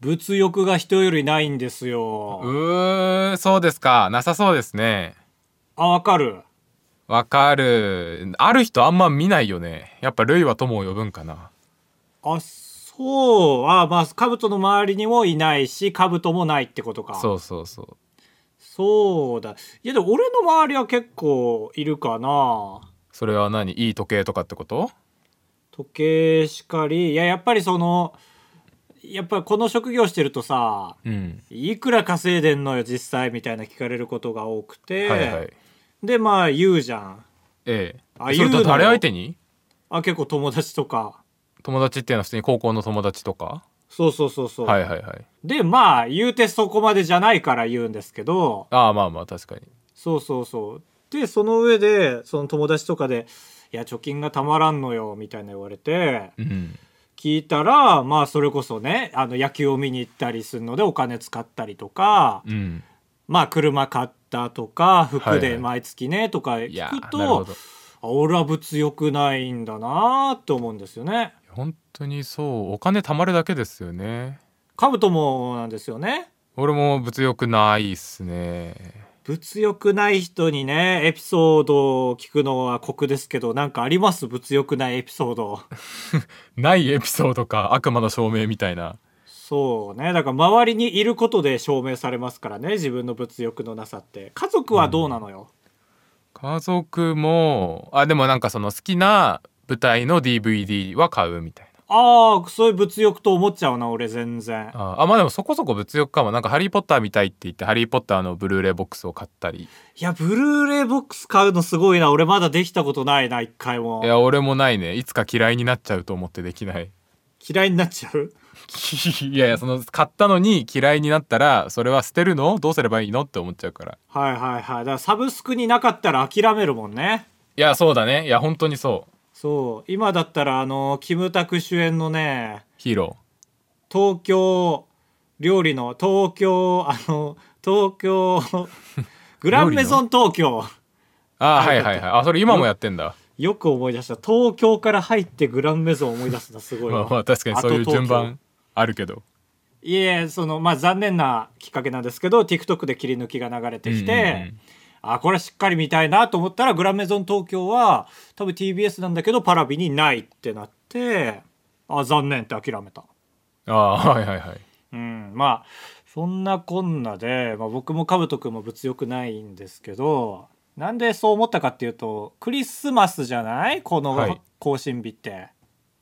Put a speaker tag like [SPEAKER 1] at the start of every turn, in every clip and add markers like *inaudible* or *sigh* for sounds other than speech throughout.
[SPEAKER 1] 物欲が人よりないんですよ。
[SPEAKER 2] うー、そうですか。なさそうですね。
[SPEAKER 1] あ、わかる。
[SPEAKER 2] わかる。ある人あんま見ないよね。やっぱ類は友を呼ぶんかな。
[SPEAKER 1] あ、そう。あ、まあ、兜の周りにもいないし、兜もないってことか。
[SPEAKER 2] そうそうそう。
[SPEAKER 1] そうだ。いや、でも俺の周りは結構いるかな。
[SPEAKER 2] それは何いい時計とかってこと
[SPEAKER 1] 時計しかり、いや、やっぱりその、やっぱりこの職業してるとさ、
[SPEAKER 2] うん。
[SPEAKER 1] いくら稼いでんのよ、実際みたいな聞かれることが多くて。
[SPEAKER 2] はいはい。で、
[SPEAKER 1] で、まあ、言うじゃん。
[SPEAKER 2] ええ。
[SPEAKER 1] あ
[SPEAKER 2] それ
[SPEAKER 1] 言う
[SPEAKER 2] と
[SPEAKER 1] の
[SPEAKER 2] 誰相手に
[SPEAKER 1] あ、結構友達とか。
[SPEAKER 2] 友達っていうのは普通に高校の友達とか
[SPEAKER 1] そうそうそうそう。
[SPEAKER 2] はいはいはい。
[SPEAKER 1] で、まあ、言うてそこまでじゃないから言うんですけど、
[SPEAKER 2] ああ、まあまあ、確かに。
[SPEAKER 1] そうそうそう。で、その上で、その友達とかで、いや、貯金がたまらんのよ、みたいな言われて、
[SPEAKER 2] うん。
[SPEAKER 1] 聞いたら、まあ、それこそね、あの、野球を見に行ったりするので、お金使ったりとか、
[SPEAKER 2] うん。
[SPEAKER 1] まあ、車買ったとか、服
[SPEAKER 2] はいは
[SPEAKER 1] で
[SPEAKER 2] い
[SPEAKER 1] 毎月ね、とか
[SPEAKER 2] いや
[SPEAKER 1] 聞く
[SPEAKER 2] なるほ
[SPEAKER 1] と
[SPEAKER 2] ど、
[SPEAKER 1] あ俺は物欲ないんだなと思うんですよね。
[SPEAKER 2] 本当にそう。お金貯まるだけですよね。
[SPEAKER 1] カブトもなんですよね。
[SPEAKER 2] 俺も物欲ないっすね。
[SPEAKER 1] 物欲ない人にね、エピソードを聞くのは酷ですけど、なんかあります物欲ないエピソード。
[SPEAKER 2] ないエピソードか、悪魔の証明みたいな。
[SPEAKER 1] そうね。だから周りにいることで証明されますからね、自分の物欲のなさって。家族はどうなのよ。
[SPEAKER 2] 家族も、あ、でもなんかその好きな舞台の DVD は買うみたいな。
[SPEAKER 1] ああ、そういう物欲と思っちゃうな、俺全然。
[SPEAKER 2] ああ、まあでもそこそこ物欲かも。なんかハリーポッター見たいって言って、ハリーポッターのブルーレイボックスを買ったり。
[SPEAKER 1] いや、ブルーレイボックス買うのすごいな。俺まだできたことないな、一回も
[SPEAKER 2] い。や、俺もないね。いつか嫌いになっちゃうと思ってできない。
[SPEAKER 1] 嫌いになっちゃう
[SPEAKER 2] いやいや、その買ったのに嫌いになったら、それは捨てるのどうすればいいのって思っちゃうから。
[SPEAKER 1] はいはいはい。だからサブスクになかったら諦めるもんね。
[SPEAKER 2] いや、そうだね。いや、本当にそう。
[SPEAKER 1] そう。今だったら、あの、キムタク主演のね、
[SPEAKER 2] ヒーロ
[SPEAKER 1] 東京料理の東京あの東京グランメゾン東京
[SPEAKER 2] ー。あー、
[SPEAKER 1] あ
[SPEAKER 2] はい
[SPEAKER 1] よ
[SPEAKER 2] は
[SPEAKER 1] かっ
[SPEAKER 2] い
[SPEAKER 1] た
[SPEAKER 2] はい。あ、それ今もやってんだ。
[SPEAKER 1] よく思い出した東京から入ってグランメゾン思い出すのすごい
[SPEAKER 2] ま
[SPEAKER 1] わ
[SPEAKER 2] あまあ、確かにそういう
[SPEAKER 1] あと東京
[SPEAKER 2] 順番あるけど。
[SPEAKER 1] いえいえそのまあ残念なきっかけなんですけど TikTok で切り抜きが流れてきて、
[SPEAKER 2] うんうんうん
[SPEAKER 1] あこれしっかり見たいなと思ったらグランメゾン東京は多分 TBS なんだけどパラビにないってなってあ残念って諦めた
[SPEAKER 2] ああー、はいはいはい。
[SPEAKER 1] うん、まあそんなこんなで、まあ、僕もカブト君も物欲ないんですけどなんでそう思ったかっていうとクリスマスじゃないこ
[SPEAKER 2] はい
[SPEAKER 1] の更新日って、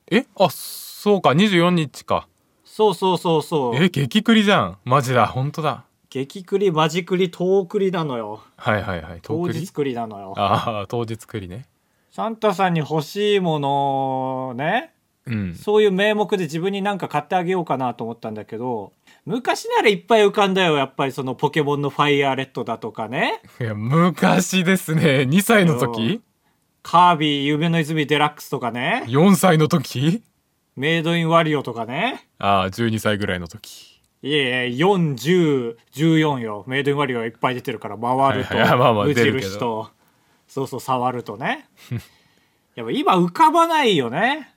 [SPEAKER 2] えあ、そうか。24日か。
[SPEAKER 1] そうそうそうそう
[SPEAKER 2] え、激クリじゃん。マジだ。本当だ。
[SPEAKER 1] 激クリマジクリ遠クリなのよ
[SPEAKER 2] はいはいはい。
[SPEAKER 1] 当
[SPEAKER 2] クリ
[SPEAKER 1] 日クリなのよ
[SPEAKER 2] ああ、当日クリね。
[SPEAKER 1] サンタさんに欲しいものをね
[SPEAKER 2] うん。
[SPEAKER 1] そういう名目で自分になんか買ってあげようかなと思ったんだけど昔ならいっぱい浮かんだよやっぱりそのポケモンのファイヤーレッドだとかね
[SPEAKER 2] いや、昔ですね。2歳の時
[SPEAKER 1] カービィ夢の泉デラックスとかね
[SPEAKER 2] ?4 歳の時
[SPEAKER 1] メイドインワリオとかね。
[SPEAKER 2] ああ、12歳ぐらいの時。
[SPEAKER 1] いえいえ、4、10、14よ。メイドインワリオいっぱい出てるから、回ると、
[SPEAKER 2] はいはいまあまあ
[SPEAKER 1] 無
[SPEAKER 2] 出るけ
[SPEAKER 1] 印と、そうそう、触るとね。 *laughs* やっぱ今浮かばないよね。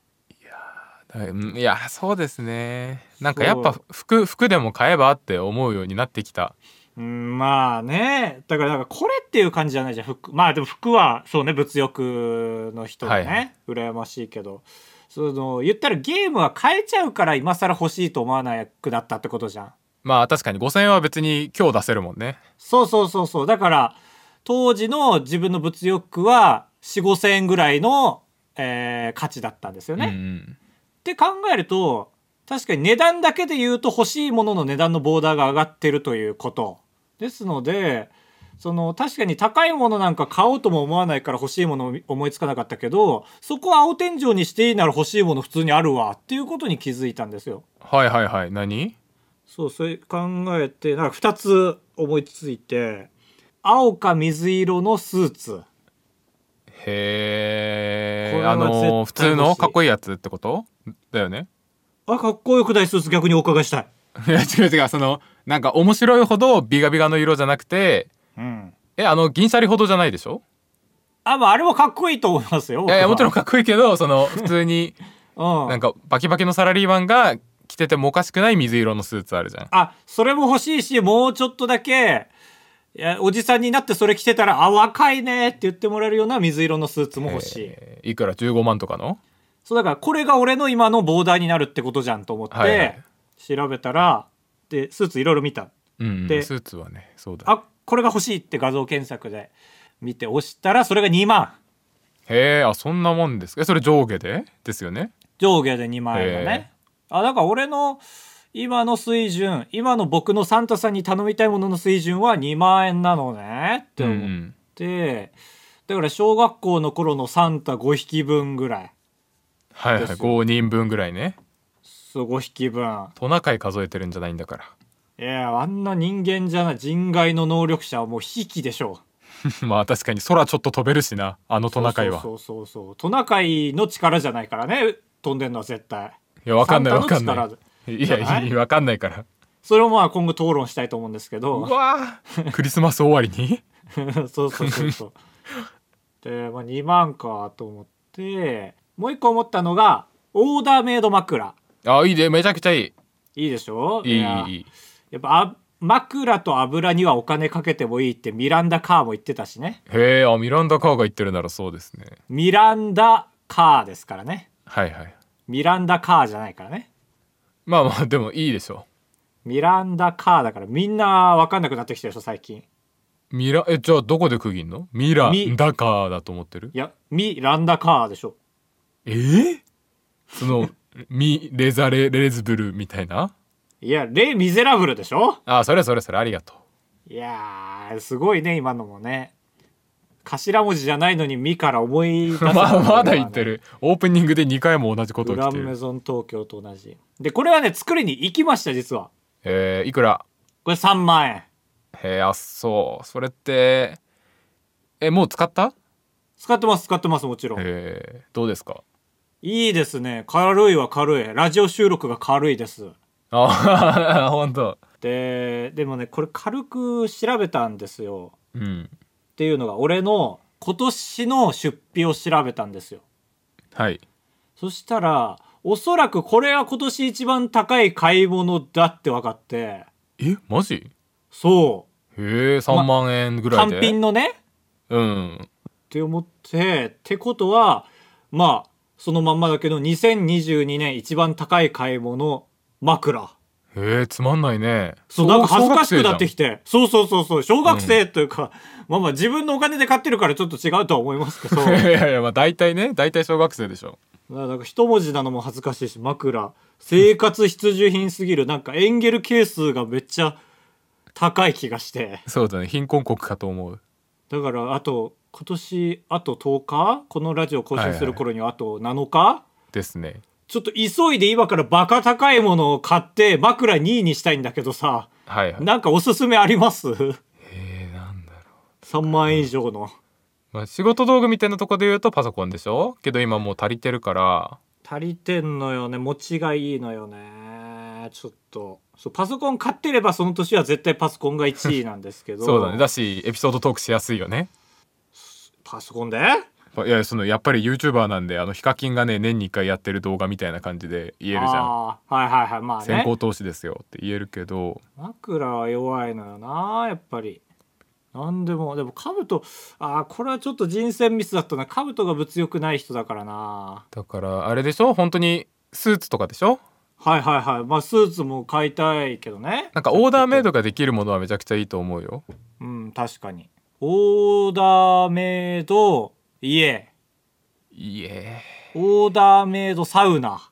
[SPEAKER 2] うんいや、そうですね。なんかやっぱ
[SPEAKER 1] そう
[SPEAKER 2] 服、服でも買えばって思うようになってきた。
[SPEAKER 1] うん、まあね。だから、なんかこれっていう感じじゃないじゃん。服。まあでも服は、そうね、物欲の人
[SPEAKER 2] は
[SPEAKER 1] で
[SPEAKER 2] いはい
[SPEAKER 1] ね、羨ましいけど。その、言ったらゲームは変えちゃうから、今更欲しいと思わなくなったってことじゃん。
[SPEAKER 2] まあ確かに5000円は別に今日出せるもんね。
[SPEAKER 1] そうそうそうそう。だから、当時の自分の物欲は、4、5千円ぐらいの、えー価値だったんですよね。
[SPEAKER 2] うんう
[SPEAKER 1] っ
[SPEAKER 2] ん。
[SPEAKER 1] て考えると、確かに値段だけで言うと欲しいものの値段のボーダーが上がってるということ。ですので、その確かに高いものなんか買おうとも思わないから欲しいもの思いつかなかったけど、そこは青天井にしていいなら欲しいもの普通にあるわっていうことに気づいたんですよ。
[SPEAKER 2] はいはいはい。何
[SPEAKER 1] そうそれ考えてなんか2つ思いついて青か水色のスーツ
[SPEAKER 2] へ
[SPEAKER 1] こ
[SPEAKER 2] え。
[SPEAKER 1] れは
[SPEAKER 2] あのー、普
[SPEAKER 1] 絶対
[SPEAKER 2] 通
[SPEAKER 1] 欲しい
[SPEAKER 2] のかっこいいやつってことだよね。
[SPEAKER 1] あかっこよくないスーツ逆にお伺いしたい、
[SPEAKER 2] いや *laughs* 違う違う。その、なんか面白いほどビガビガの色じゃなくて、
[SPEAKER 1] うん、
[SPEAKER 2] え、あの、銀シャリほどじゃないでしょ
[SPEAKER 1] あまああれはかっこいいと思いますよ
[SPEAKER 2] いやいや、もちろん
[SPEAKER 1] か *laughs*
[SPEAKER 2] かっこいいけど、その、普通に、
[SPEAKER 1] うん
[SPEAKER 2] なんかバキバキのサラリーマンが着ててもおかしくない水色のスーツあるじゃん
[SPEAKER 1] あそれも欲しいしもうちょっとだけいやおじさんになってそれ着てたら「あ若いね」って言ってもらえるような水色のスーツも欲しい、
[SPEAKER 2] えーいくら15万とかの
[SPEAKER 1] そうだからこれが俺の今のボーダーになるってことじゃんと思って、
[SPEAKER 2] はいはい
[SPEAKER 1] 調べたらでスーツいろいろ見た
[SPEAKER 2] うん、う
[SPEAKER 1] で
[SPEAKER 2] ん、スーツはねそうだ
[SPEAKER 1] あこれが欲しいって画像検索で見て押したらそれが2万
[SPEAKER 2] へえあそんなもんですかえそれ上下でですよね
[SPEAKER 1] 上下で2万円のねあだから俺の今の水準今の僕のサンタさんに頼みたいものの水準は2万円なのねって
[SPEAKER 2] うんう
[SPEAKER 1] 思っ
[SPEAKER 2] ん
[SPEAKER 1] て、だから小学校の頃のサンタ5匹分ぐらい
[SPEAKER 2] はいはい
[SPEAKER 1] ですよ
[SPEAKER 2] 5人分ぐらいね
[SPEAKER 1] そう5匹分
[SPEAKER 2] トナカイ数えてるんじゃないんだから *laughs*
[SPEAKER 1] いやあんな人間じゃない人外の能力者はもう匹きでしょ
[SPEAKER 2] まあ確かに空ちょっと飛べるしなあのトナカイは
[SPEAKER 1] そうそうそうそうトナカイの力じゃないからね飛んでんのは絶対
[SPEAKER 2] いやわかんない
[SPEAKER 1] サン
[SPEAKER 2] わか
[SPEAKER 1] タ
[SPEAKER 2] ん
[SPEAKER 1] の
[SPEAKER 2] な
[SPEAKER 1] 力
[SPEAKER 2] いい
[SPEAKER 1] じゃない
[SPEAKER 2] やいいわかんないから
[SPEAKER 1] それをまあ今後討論したいと思うんですけ
[SPEAKER 2] う
[SPEAKER 1] ど
[SPEAKER 2] わークリスマス終わりに
[SPEAKER 1] *laughs* そうそうそうそうで、まあ、2万かと思ってもう一個思ったのがオーダーメイド枕
[SPEAKER 2] *laughs* あいいでめちゃくちゃいい
[SPEAKER 1] いいでしょ
[SPEAKER 2] いいい
[SPEAKER 1] や
[SPEAKER 2] いいい
[SPEAKER 1] やっぱあ枕と油にはお金かけてもいいってミランダ・カーも言ってたしね
[SPEAKER 2] へえあミランダカーが言ってるならそうですね
[SPEAKER 1] ミランダ・カーですからね
[SPEAKER 2] はいはい
[SPEAKER 1] ミランダ・カーじゃないからね
[SPEAKER 2] まあまあでもいいでしょ
[SPEAKER 1] ミランダ・カーだからみんな分かんなくなってきてるでしょ最近
[SPEAKER 2] ミラえじゃあどこで区切んのミラ
[SPEAKER 1] ミ
[SPEAKER 2] ダカーだと思ってる
[SPEAKER 1] いやミランダ・カーでしょ
[SPEAKER 2] えーそ *laughs* のミレザレレズブルみたいない
[SPEAKER 1] やレ・ミゼラブルでしょ
[SPEAKER 2] あそれそれそれありがとう
[SPEAKER 1] いやーすごいね今のもね頭文字じゃないのに「み」から思い出す、
[SPEAKER 2] まあ *laughs* まだ言ってるオープニングで2回も同じこと
[SPEAKER 1] グ
[SPEAKER 2] を
[SPEAKER 1] ラ
[SPEAKER 2] 来て
[SPEAKER 1] ンメ
[SPEAKER 2] る
[SPEAKER 1] ゾン東京と同じでこれはね作りに行きました実は
[SPEAKER 2] えー、いくら
[SPEAKER 1] これ3万円
[SPEAKER 2] へえあそうそれってえもう使った
[SPEAKER 1] 使ってます使ってますもちろん
[SPEAKER 2] えー、どうですか
[SPEAKER 1] いいですね軽いは軽いラジオ収録が軽いです
[SPEAKER 2] あ *laughs* 本当
[SPEAKER 1] ででもねこれ軽く調べたんですよ
[SPEAKER 2] うん
[SPEAKER 1] っていうのが俺の今年の出費を調べたんですよ
[SPEAKER 2] はい
[SPEAKER 1] そしたらおそらくこれは今年一番高い買い物だって分かって
[SPEAKER 2] えマジ
[SPEAKER 1] そ
[SPEAKER 2] へえ3万円ぐ
[SPEAKER 1] う
[SPEAKER 2] らい
[SPEAKER 1] 単
[SPEAKER 2] で、
[SPEAKER 1] 品のね
[SPEAKER 2] うん
[SPEAKER 1] って思ってってことはまあそのまんまだけど2022年一番高い買い物枕
[SPEAKER 2] へえつまんないね
[SPEAKER 1] そうなんか恥ずかしくなってき
[SPEAKER 2] て
[SPEAKER 1] てそうそうそうそう小学生というか、まあまあ自分のお金で買ってるからちょっと違うとは思います
[SPEAKER 2] *laughs*
[SPEAKER 1] けど
[SPEAKER 2] *laughs*
[SPEAKER 1] だ
[SPEAKER 2] い
[SPEAKER 1] か
[SPEAKER 2] やいやまあ大体ね大体小学生でしょ
[SPEAKER 1] らなんか一文字なのも恥ずかしいし枕生活必需品すぎるなんかエンゲル係数がめっちゃ高い気がして
[SPEAKER 2] そうだね貧困国かと思う
[SPEAKER 1] だからあと今年あと10日このラジオ更新する頃にはあと7日、
[SPEAKER 2] ですね
[SPEAKER 1] ちょっと急いで今からバカ高いものを買って枕2位にしたいんだけどさ、
[SPEAKER 2] はいはい
[SPEAKER 1] なんかおすすめあります
[SPEAKER 2] えー、なんだろ
[SPEAKER 1] ?3 万円以上の。
[SPEAKER 2] う、まあ、仕事道具みたいなとこで言うとパソコンでしょけど今もう足りてるから
[SPEAKER 1] 足りてんのよね。持ちがいいのよね。ちょっと。そうパソコン買ってればその年は絶対パソコンが1位なんですけど。
[SPEAKER 2] *laughs* そうだねだしエピソードトークしやすいよね
[SPEAKER 1] パソコンで
[SPEAKER 2] いやそのやっぱり YouTuber なんであのヒカキンがね年に1回やってる動画みたいな感じで言えるじゃん
[SPEAKER 1] あーはいはいはい。まあ
[SPEAKER 2] 先行
[SPEAKER 1] ね。
[SPEAKER 2] 投資ですよって言えるけど
[SPEAKER 1] 枕は弱いのよな、やっぱり。なんでも、でも、カブト、ああ、これはちょっと人選ミスだったな。カブトが物欲ない人だからな。
[SPEAKER 2] だからあれでしょ本当にスーツとかでしょ
[SPEAKER 1] はいはいはいまあスーツも買いたいけどね
[SPEAKER 2] なんかオーダーメイドができるものはめちゃくちゃいいと思うよ
[SPEAKER 1] うん確かにオーダーメイド家
[SPEAKER 2] いえ
[SPEAKER 1] オーダーメイドサウナ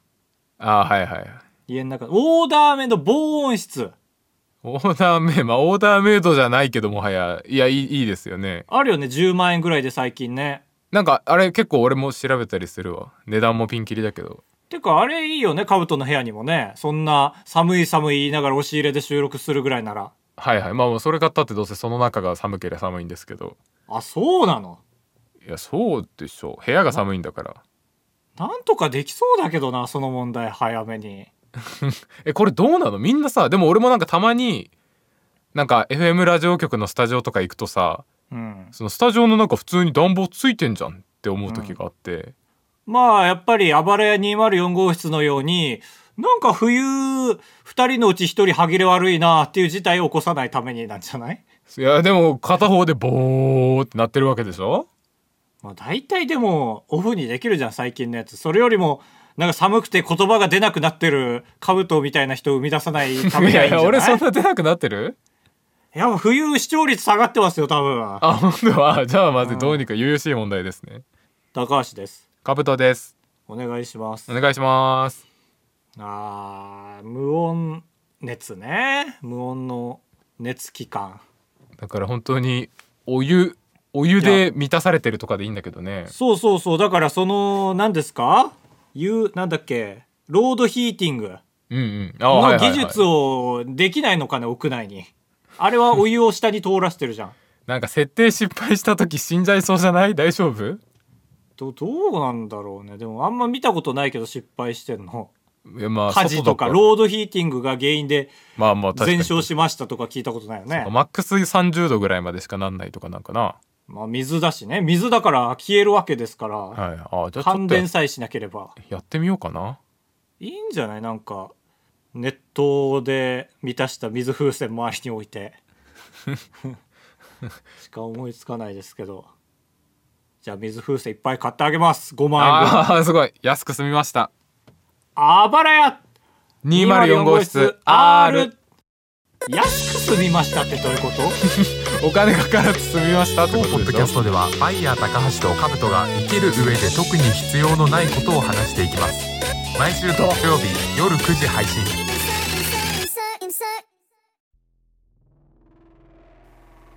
[SPEAKER 2] あーはいはい
[SPEAKER 1] 家の中オーダーメイド防音室
[SPEAKER 2] オーダーメイドまあオーダーメイドじゃないけどもはやいやいいいいですよね
[SPEAKER 1] あるよね10万円ぐらいで最近ね
[SPEAKER 2] なんかあれ結構俺も調べたりするわ値段もピンキリだけど
[SPEAKER 1] てかあれいいよねカブトの部屋にもねそんな寒い寒い言いながら押し入れで収録するぐらいなら
[SPEAKER 2] はいはいまあまあそれ買ったってどうせその中が寒ければ寒いんですけど
[SPEAKER 1] あそうなの
[SPEAKER 2] いやそうでしょ部屋が寒いんだから
[SPEAKER 1] なんとかできそうだけどなその問題早めに
[SPEAKER 2] えこれどうなのみんなさでも俺もなんかたまになんか FM ラジオ局のスタジオとか行くとさ
[SPEAKER 1] うん
[SPEAKER 2] そのスタジオのなんか普通に暖房ついてんじゃんって思う時があって、
[SPEAKER 1] まあやっぱり暴れ屋204号室のようになんか冬、2人のうち1人歯切れ悪いなっていう事態を起こさないためになんじゃない
[SPEAKER 2] いやでも片方でボーってなってるわけでしょ
[SPEAKER 1] まあ、大体でもオフにできるじゃん最近のやつそれよりもなんか寒くて言葉が出なくなってる兜みたいな人を生み出さないた
[SPEAKER 2] い
[SPEAKER 1] めには
[SPEAKER 2] や
[SPEAKER 1] いい
[SPEAKER 2] い
[SPEAKER 1] んじゃ
[SPEAKER 2] や
[SPEAKER 1] ない
[SPEAKER 2] 俺そんな出なくなってる
[SPEAKER 1] いや冬視聴率下がってますよ多分
[SPEAKER 2] あ本当はじゃあまずどうにか優々しい問題ですね
[SPEAKER 1] 高橋です
[SPEAKER 2] カブトです
[SPEAKER 1] お願いします
[SPEAKER 2] お願いします
[SPEAKER 1] あー無音熱ね無音の熱期間
[SPEAKER 2] だから本当にお湯お湯で満たされてるとかでいいんだけどね
[SPEAKER 1] そうそうそうだからその何ですかいうなんだっけロードヒーティング
[SPEAKER 2] うんうんあは
[SPEAKER 1] の
[SPEAKER 2] いはいはい
[SPEAKER 1] 技術をできないのかね屋内にあれはお湯を下に通らしてるじゃん
[SPEAKER 2] なんか設定失敗した時死んじゃいそうじゃない大丈夫
[SPEAKER 1] どどうなんだろうねでもあんま見たことないけど失敗してんの
[SPEAKER 2] いやまあ
[SPEAKER 1] 火事とか
[SPEAKER 2] 外だ
[SPEAKER 1] ロードヒーティングが原因で
[SPEAKER 2] まあまあ確かに
[SPEAKER 1] 全焼しましたとか聞いたことないよね
[SPEAKER 2] マックス30度ぐらいまでしかなんないとかなんかな
[SPEAKER 1] まあ水だしね水だから消えるわけですから、
[SPEAKER 2] はいあじゃあちょ
[SPEAKER 1] 感
[SPEAKER 2] っとや
[SPEAKER 1] 電さえしなければ
[SPEAKER 2] やってみようかない
[SPEAKER 1] いんじゃないなんか熱湯で満たした水風船周りに置い
[SPEAKER 2] *laughs*
[SPEAKER 1] てしか思いつかないですけどじゃあ水風船いっぱい買ってあげます5万円分
[SPEAKER 2] ああーすごい安く済みました
[SPEAKER 1] あばらや
[SPEAKER 2] 204号室 R
[SPEAKER 1] 安く済みましたってどういうこと
[SPEAKER 2] お金かからず済みましたって
[SPEAKER 3] 当
[SPEAKER 2] こと
[SPEAKER 3] ポッド
[SPEAKER 2] で
[SPEAKER 3] キャス
[SPEAKER 2] しょ
[SPEAKER 3] トではバイヤー高橋とカブトが生きる上で特に必要のないことを話していきます毎週土曜日夜9時配信
[SPEAKER 4] insert, insert, insert.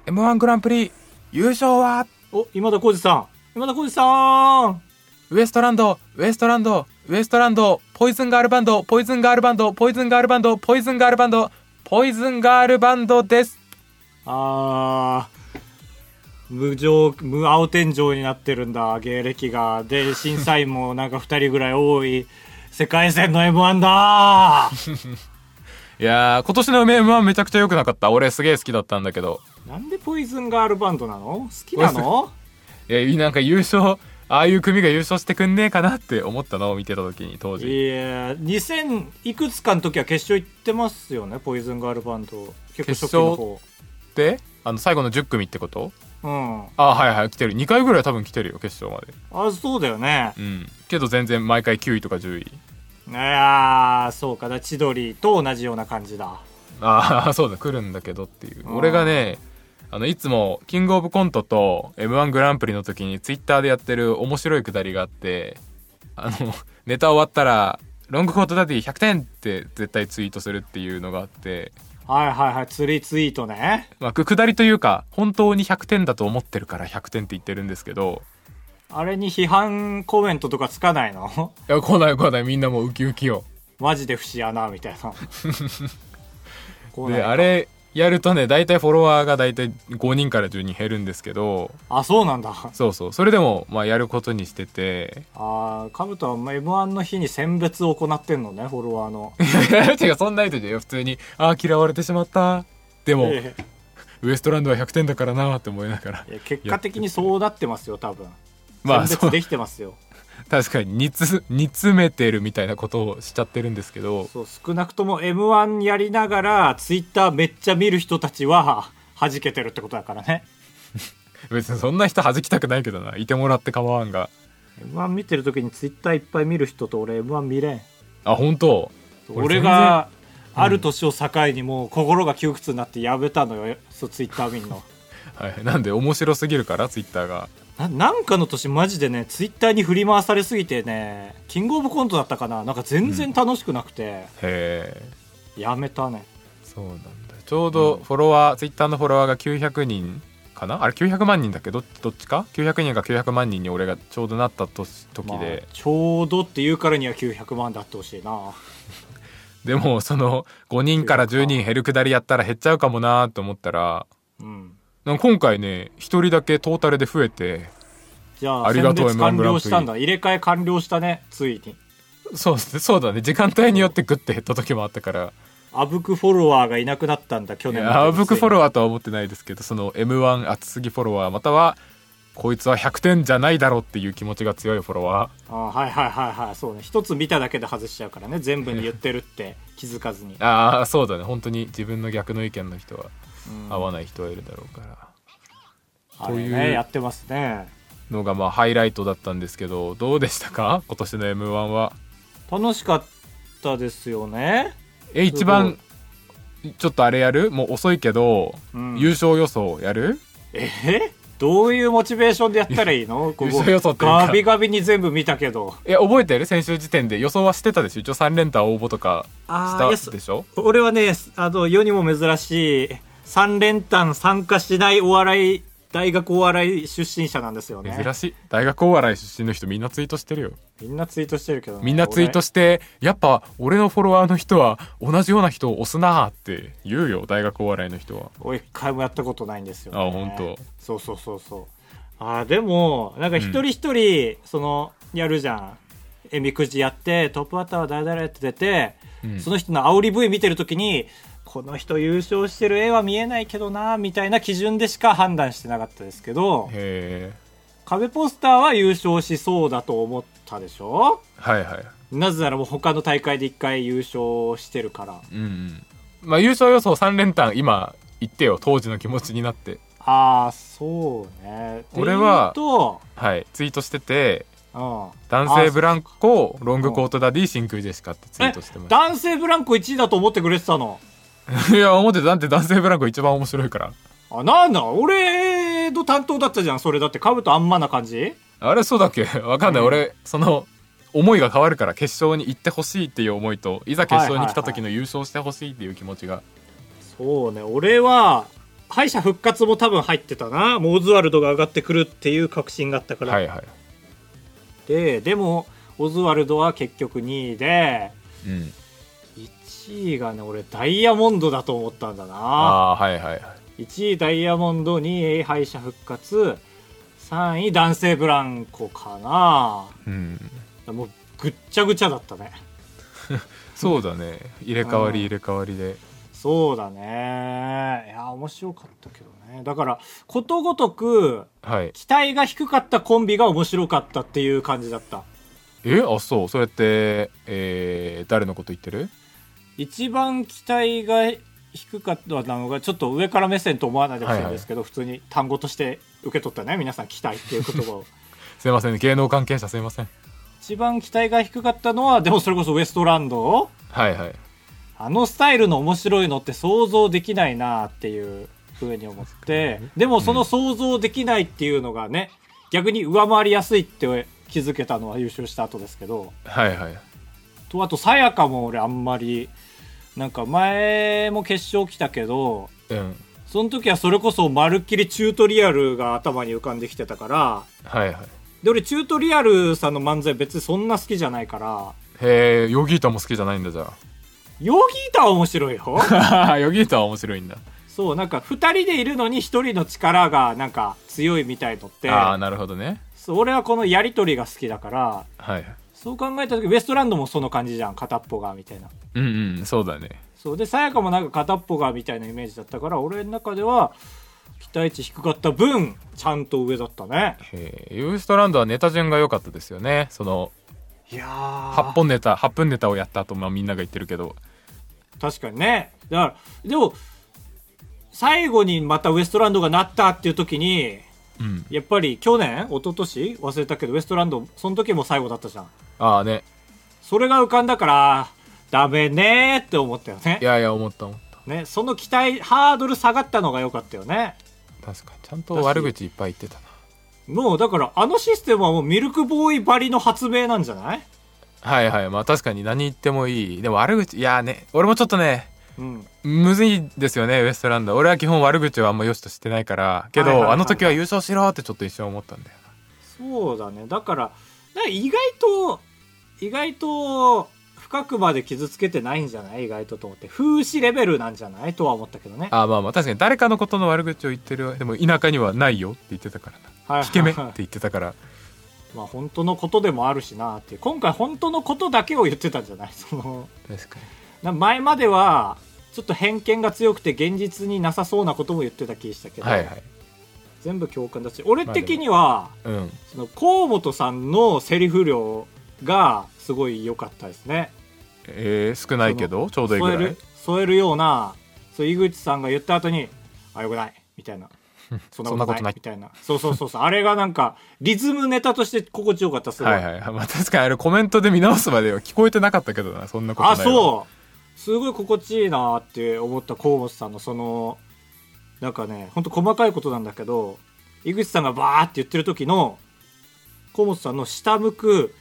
[SPEAKER 2] M1 グランプリ優勝は
[SPEAKER 1] お今田耕司さん今田耕司さん
[SPEAKER 2] ウエストランドウエストランドウエストランドポイズンガールバンドポイズンガールバンドポイズンガールバンドポイズンガールバンドポイズンガールバンドです
[SPEAKER 1] あー無情無青天井になってるんだ芸歴がで審査員もなんか2人ぐらい多い世界戦の m 1だー
[SPEAKER 2] いやー今年の M1 めちゃくちゃ良くなかった俺すげえ好きだったんだけど
[SPEAKER 1] なんでポイズンガールバンドなの好きなの
[SPEAKER 2] いやなんか優勝ああいう組が優勝してくんねえかなって思ったのを見てた時に当
[SPEAKER 1] い
[SPEAKER 2] 時
[SPEAKER 1] や2000いくつかの時は決勝行ってますよねポイズンガールバンド結構初期の方
[SPEAKER 2] であの最後の10組ってこと
[SPEAKER 1] うん
[SPEAKER 2] あはいはい来てる2回ぐらい多分来てるよ決勝まで
[SPEAKER 1] あそうだよね
[SPEAKER 2] うんけど全然毎回9位とか10位
[SPEAKER 1] いやーそうかだ千鳥と同じような感じだ
[SPEAKER 2] あ *laughs* あそうだ来るんだけどっていう
[SPEAKER 1] あー
[SPEAKER 2] 俺がねあのいつもキングオブコントと m 1グランプリの時にツイッターでやってる面白いくだりがあってあの *laughs* ネタ終わったら「ロングコートダディ100点!」って絶対ツイートするっていうのがあって
[SPEAKER 1] はいはいはい釣りツイートね
[SPEAKER 2] まあくくだりというか本当に100点だと思ってるから100点って言ってるんですけど
[SPEAKER 1] あれに批判コメントとかつかないの *laughs*
[SPEAKER 2] いや来ない来ないみんなもうウキウキよ
[SPEAKER 1] マジで節穴み
[SPEAKER 2] *laughs*
[SPEAKER 1] たいなこうなん
[SPEAKER 2] で
[SPEAKER 1] か
[SPEAKER 2] あれやるとね大体フォロワーが大体5人から10人減るんですけど
[SPEAKER 1] あそうなんだ
[SPEAKER 2] そうそうそれでもまあやることにしてて *laughs*
[SPEAKER 1] あーカブトは m 1の日に選別を行ってんのねフォロワー
[SPEAKER 2] *laughs*
[SPEAKER 1] の
[SPEAKER 2] 違うそんな人じゃよ普通にああ嫌われてしまったでも、
[SPEAKER 1] いやい
[SPEAKER 2] ウエストランドは100点だからなって思いながら
[SPEAKER 1] や結果的にそうなってますよ多分
[SPEAKER 2] まあ
[SPEAKER 1] 選
[SPEAKER 2] そ
[SPEAKER 1] 別
[SPEAKER 2] う
[SPEAKER 1] できてますよ
[SPEAKER 2] 確かに煮つ煮詰めてるみたいなことをしちゃってるんですけど
[SPEAKER 1] そう少なくとも m 1やりながらツイッターめっちゃ見る人たちは弾けてるってことだからね
[SPEAKER 2] 別にそんな人弾きたくないけどないてもらって構わんが
[SPEAKER 1] M1 見てる時にツイッターいっぱい見る人と俺 M1 見れん
[SPEAKER 2] あ本当
[SPEAKER 1] 俺がある年を境にもう心が窮屈になってやめたのよそうツイッター見んの *laughs*
[SPEAKER 2] はい、なんで面白すぎるからツイッターが
[SPEAKER 1] ななんかの年マジでねツイッターに振り回されすぎてねキングオブコントだったかななんか全然楽しくなくて、
[SPEAKER 2] へえ
[SPEAKER 1] やめたね
[SPEAKER 2] そうなんだちょうどフォロワー、ツイッターのフォロワーが900人かなあれ900万人だっけどどっちか900人か900万人に俺がちょうどなった年時
[SPEAKER 1] まあ
[SPEAKER 2] で、
[SPEAKER 1] ちょうどっていうからには900万だってほしいな
[SPEAKER 2] でもその5人から10人減るくだりやったら減っちゃうかもなーと思ったら
[SPEAKER 1] うん
[SPEAKER 2] なんか今回ね1人だけトータルで増えて
[SPEAKER 1] じゃあ
[SPEAKER 2] ありがとう
[SPEAKER 1] 選別完
[SPEAKER 2] M1 グランプ
[SPEAKER 1] 了
[SPEAKER 2] リ
[SPEAKER 1] したんだ入れ替え完了したねついに
[SPEAKER 2] そうっすねそうだね時間帯によってグッて減った時もあったから
[SPEAKER 1] あぶくフォロワーがいなくなったんだ去
[SPEAKER 2] い
[SPEAKER 1] 年
[SPEAKER 2] やあぶくフォ
[SPEAKER 1] ワー
[SPEAKER 2] ロワーとは思ってないですけどその m 1熱すぎフォロワーまたはこいつは100点じゃないだろうっていう気持ちが強いフォロワ
[SPEAKER 1] あーはいはいはいはいそうね一つ見ただけで外しちゃうからね全部に言ってるって気づかずに
[SPEAKER 2] ーああそうだね本当に自分の逆の意見の人は
[SPEAKER 1] うん
[SPEAKER 2] 合わない人はいるだろうから
[SPEAKER 1] あれ
[SPEAKER 2] という
[SPEAKER 1] ねやってますね
[SPEAKER 2] のがまあハイライトだったんですけどどうでしたか今年の m 1は
[SPEAKER 1] 楽しかったですよね
[SPEAKER 2] え一番ちょっとあれやるもう遅いけど、
[SPEAKER 1] うん
[SPEAKER 2] 優勝予想やる
[SPEAKER 1] えどういうモチベーションでやったらいい *laughs* のこ
[SPEAKER 2] 優勝予想っていうか
[SPEAKER 1] ガビガビに全部見たけど
[SPEAKER 2] え覚えてる先週時点で予想はしてたでしょ一応3連単応募とか
[SPEAKER 1] あーいや
[SPEAKER 2] し
[SPEAKER 1] そ
[SPEAKER 2] たでしょ
[SPEAKER 1] 俺はねあの世にも珍しい3連単参加しないお笑い大学お笑い出身者なんですよね
[SPEAKER 2] 珍しい大学お笑い出身の人みんなツイートしてるよ
[SPEAKER 1] みんなツイートしてるけどね、
[SPEAKER 2] みんなツイートしてやっぱ俺のフォロワーの人は同じような人を押すなーって言うよ大学お笑いの人は
[SPEAKER 1] 俺俺一回もやったことないんですよ、ね、
[SPEAKER 2] あ本当
[SPEAKER 1] そうそうそうそうあーでもなんか一人一人、そのやるじゃんえみくじやってトップバッターは誰々って出て、
[SPEAKER 2] うん
[SPEAKER 1] その人の煽り V 見てる時にこの人優勝してる絵は見えないけどなみたいな基準でしか判断してなかったですけど
[SPEAKER 2] へえ
[SPEAKER 1] 壁ポスターは優勝しそうだと思ったでしょ
[SPEAKER 2] はいはい
[SPEAKER 1] なぜならもう他の大会で1回優勝してるから
[SPEAKER 2] うんうんまあ優勝予想3連単今言ってよ当時の気持ちになって
[SPEAKER 1] ああそうね
[SPEAKER 2] 俺は
[SPEAKER 1] っていうと、
[SPEAKER 2] はいツイートしてて
[SPEAKER 1] うん、
[SPEAKER 2] 男性ブランコロングコートダディ真空ジェシカってツイートしてま
[SPEAKER 1] 男性ブランコ1位だと思ってくれてたの
[SPEAKER 2] すいや思ってただって男性ブランコ一番面白いから
[SPEAKER 1] あなんだ俺の担当だったじゃんそれだってカブとあんまな感じ
[SPEAKER 2] あれそうだっ *laughs* けわかんない、俺その思いが変わるから決勝に行ってほしいっていう思いといざ決勝に来た時の優勝してほしいっていう気持ちが、
[SPEAKER 1] そうね俺は敗者復活も多分入ってたなもうオズワルドが上がってくるっていう確信があったから、
[SPEAKER 2] はいはい
[SPEAKER 1] ででもオズワルドは結局2位で
[SPEAKER 2] うん、
[SPEAKER 1] 1位がね俺ダイヤモンドだと思ったんだな
[SPEAKER 2] ああーはいはいはい
[SPEAKER 1] 1位ダイヤモンド2位敗者復活3位男性ブランコかな
[SPEAKER 2] うん
[SPEAKER 1] もうぐっちゃぐちゃだったね
[SPEAKER 2] そうだね入れ替わり入れ替わりで
[SPEAKER 1] そうだねいや面白かったけどねだからことごとく
[SPEAKER 2] はい
[SPEAKER 1] 期待が低かったコンビが面白かったっていう感じだった
[SPEAKER 2] えあそうそうやって、えー誰のこと言ってる
[SPEAKER 1] 一番期待が低かったのがちょっと上から目線と思わないでほしいんですけど、普通に単語として受け取ったね皆さん期待っていう言葉を *laughs*
[SPEAKER 2] すいません芸能関係者すいません
[SPEAKER 1] 一番期待が低かったのはでもそれこそウエストランド
[SPEAKER 2] はいはい
[SPEAKER 1] あのスタイルの面白いのって想像できないなっていうふうに思って、でもその想像できないっていうのがね、逆に上回りやすいって気づけたのは優勝した後ですけど、
[SPEAKER 2] はいはい
[SPEAKER 1] とあとさやかも俺あんまり、なんか前も決勝来たけど、
[SPEAKER 2] うん
[SPEAKER 1] その時はそれこそまるっきりチュートリアルが頭に浮かんできてたから、
[SPEAKER 2] はいはい
[SPEAKER 1] で俺チュートリアルさんの漫才別にそんな好きじゃないから、
[SPEAKER 2] へえヨギータも好きじゃないんだじゃ
[SPEAKER 1] ヨギータは面白い
[SPEAKER 2] *laughs*
[SPEAKER 1] よ。
[SPEAKER 2] あヨギータは面白いんだ
[SPEAKER 1] そうなんか2人でいるのに1人の力がなんか強いみたいのって
[SPEAKER 2] ああなるほどね
[SPEAKER 1] そう俺はこのやり取りが好きだから
[SPEAKER 2] はいはい
[SPEAKER 1] そう考えた時ウエストランドもその感じじゃん片っぽがみたいな
[SPEAKER 2] うんうんそうだね
[SPEAKER 1] そうでさやかもなんか片っぽがみたいなイメージだったから俺の中では期待値低かった分ちゃんと上だったね
[SPEAKER 2] えーウエストランドはネタ順が良かったですよねその
[SPEAKER 1] いや
[SPEAKER 2] 8本ネタ8分ネタをやった後、まあ、みんなが言ってるけど
[SPEAKER 1] 確かにねだからでも最後にまたウエストランドがなったっていう時に
[SPEAKER 2] うん
[SPEAKER 1] やっぱり去年一昨年忘れたけどウエストランドその時も最後だったじゃん
[SPEAKER 2] ああね
[SPEAKER 1] それが浮かんだから、ダメねーって思ったよね
[SPEAKER 2] い。やいや思った思った
[SPEAKER 1] ね、その期待、ハードル下がったのが良かったよね。
[SPEAKER 2] 確かにちゃんと悪口いっぱい言ってたな
[SPEAKER 1] もうだから、あのシステムはもうミルクボーイばりの発明なんじゃない
[SPEAKER 2] はいはいまあ確かに何言ってもいいでも悪口いやね俺もちょっとね
[SPEAKER 1] うん。
[SPEAKER 2] むずいですよねウエストランド俺は基本悪口はあんま良しとしてないからけど、
[SPEAKER 1] はいはいはい
[SPEAKER 2] あの時は優勝しろってちょっと一瞬思ったんだよ
[SPEAKER 1] そうだね。だから、だから意外と、意外と、深くまで傷つけてないんじゃない意外とと思って。風刺レベルなんじゃないとは思ったけどね。
[SPEAKER 2] なあまあまあ確かに誰かのことの悪口を言ってるでも田舎にはないよって言ってたからな
[SPEAKER 1] はい
[SPEAKER 2] 引け
[SPEAKER 1] *laughs*
[SPEAKER 2] 目って
[SPEAKER 1] はい
[SPEAKER 2] 言ってたから
[SPEAKER 1] まあ本当のことでもあるしなっていう。今回本当のことだけを言ってたんじゃないその、
[SPEAKER 2] 確かに
[SPEAKER 1] な前まではちょっと偏見が強くて現実になさそうなことも言ってた気したけど、
[SPEAKER 2] はいはい
[SPEAKER 1] 全部共感だし俺的には、
[SPEAKER 2] うん
[SPEAKER 1] その河本さんのセリフ量がすごい良かったですね
[SPEAKER 2] えー、少ないけどちょうどいいぐ
[SPEAKER 1] 添え
[SPEAKER 2] らい
[SPEAKER 1] る添えるようなそう井口さんが言った後に「あよくない」みたい
[SPEAKER 2] *laughs*
[SPEAKER 1] な「そんなことない」
[SPEAKER 2] そんなことない
[SPEAKER 1] みたいなそうそうそうそうあれがなんかリズムネタとして心地よかったすごい、
[SPEAKER 2] はいはい、まあ、確かにあれコメントで見直すまでは聞こえてなかったけどなそんなことない
[SPEAKER 1] あそうすごい心地いいなって思った河本さんのそのなんかねほんと細かいことなんだけど井口さんがバーって言ってる時の河本さんの下向く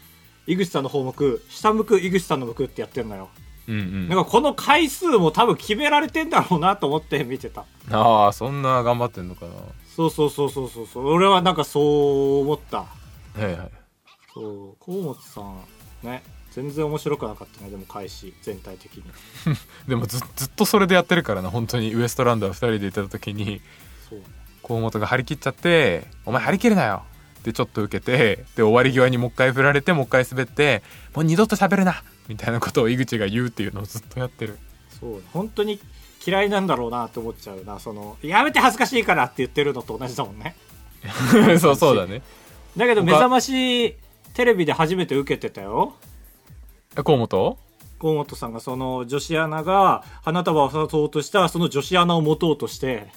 [SPEAKER 1] 井口さんの方向く下向く井口さんの向くってやってんのよ、
[SPEAKER 2] う、うんうん、
[SPEAKER 1] なんかこの回数も多分決められてんだろうなと思って見てた
[SPEAKER 2] ああそんな頑張ってんのかな
[SPEAKER 1] そうそうそうそうそうそう俺はなんかそう思った
[SPEAKER 2] はいはい
[SPEAKER 1] そう河本さんね全然面白くなかったねでも開始全体的に
[SPEAKER 2] でもずずっとそれでやってるからな本当にウエストランドは2人でいた時に
[SPEAKER 1] そう
[SPEAKER 2] 河本が張り切っちゃって「お前張り切るなよ」でちょっと受けてで終わり際にもう一回振られてもう一回滑って「もう二度と喋るな」みたいなことを井口が言うっていうのをずっとやってる
[SPEAKER 1] そう本当に嫌いなんだろうなと思っちゃうなそのやめて恥ずかしいからって言ってるのと同じだもんね
[SPEAKER 2] *laughs* そうそうだね
[SPEAKER 1] だけど
[SPEAKER 2] 他
[SPEAKER 1] 目覚ましテレビで初めて受けてたよ
[SPEAKER 2] え河本
[SPEAKER 1] 河本さんがその女子アナが花束を誘おうとしたその女子アナを持とうとして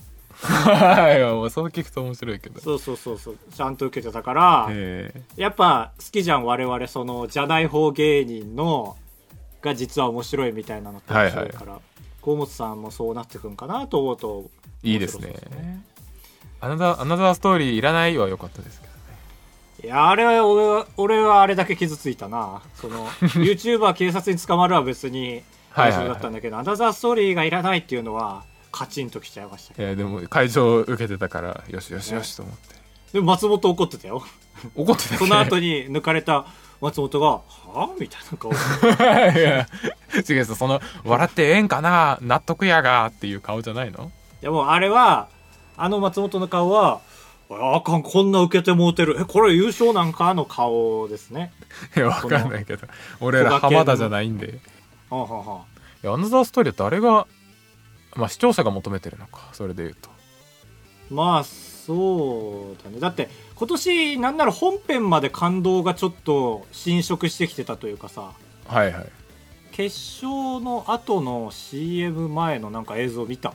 [SPEAKER 2] はいもうそう聞くと面白いけど
[SPEAKER 1] そうそうそうそうちゃんと受けてたから
[SPEAKER 2] へえ
[SPEAKER 1] やっぱ好きじゃん我々そのじゃない方芸人のが実は面白いみたいなのって面白いから、河本さんもそうなってくんかなと思うと
[SPEAKER 2] いいです
[SPEAKER 1] 面
[SPEAKER 2] ね
[SPEAKER 1] 白そうですね
[SPEAKER 2] アナザーアナザーストーリーいらないは良かったですけ
[SPEAKER 1] い
[SPEAKER 2] ど
[SPEAKER 1] やあれは俺は俺はあれだけ傷ついたなそ
[SPEAKER 2] *laughs*
[SPEAKER 1] の YouTuber 警察に捕まるは別に
[SPEAKER 2] は
[SPEAKER 1] 大
[SPEAKER 2] いはいはい
[SPEAKER 1] 丈夫だったんだけど「アナザーストーリー」がいらないっていうのはカチンときちゃいましたけど
[SPEAKER 2] いやでも会場受けてたからよしよしよしと思って、
[SPEAKER 1] でも松本怒ってたよ
[SPEAKER 2] 怒ってたね
[SPEAKER 1] その後に抜かれた松本が「はあ?」みたいな顔して
[SPEAKER 2] いや違うその笑ってええんかな納得やがっていう顔じゃないの *laughs*
[SPEAKER 1] でもあれはあの松本の顔は「ああかんこんな受けてもうてるえこれ優勝なんか?」の顔ですね
[SPEAKER 2] いやわかんないけど俺ら浜田じゃないんでい
[SPEAKER 1] はんはんはん
[SPEAKER 2] やアナザーストーリーってあれがまあ視聴者が求めてるのかそれで言うと
[SPEAKER 1] まあそうだねだって今年なんなら本編まで感動がちょっと侵食してきてたというかさ
[SPEAKER 2] はいはい
[SPEAKER 1] 決勝の後の CM 前のなんか映像見た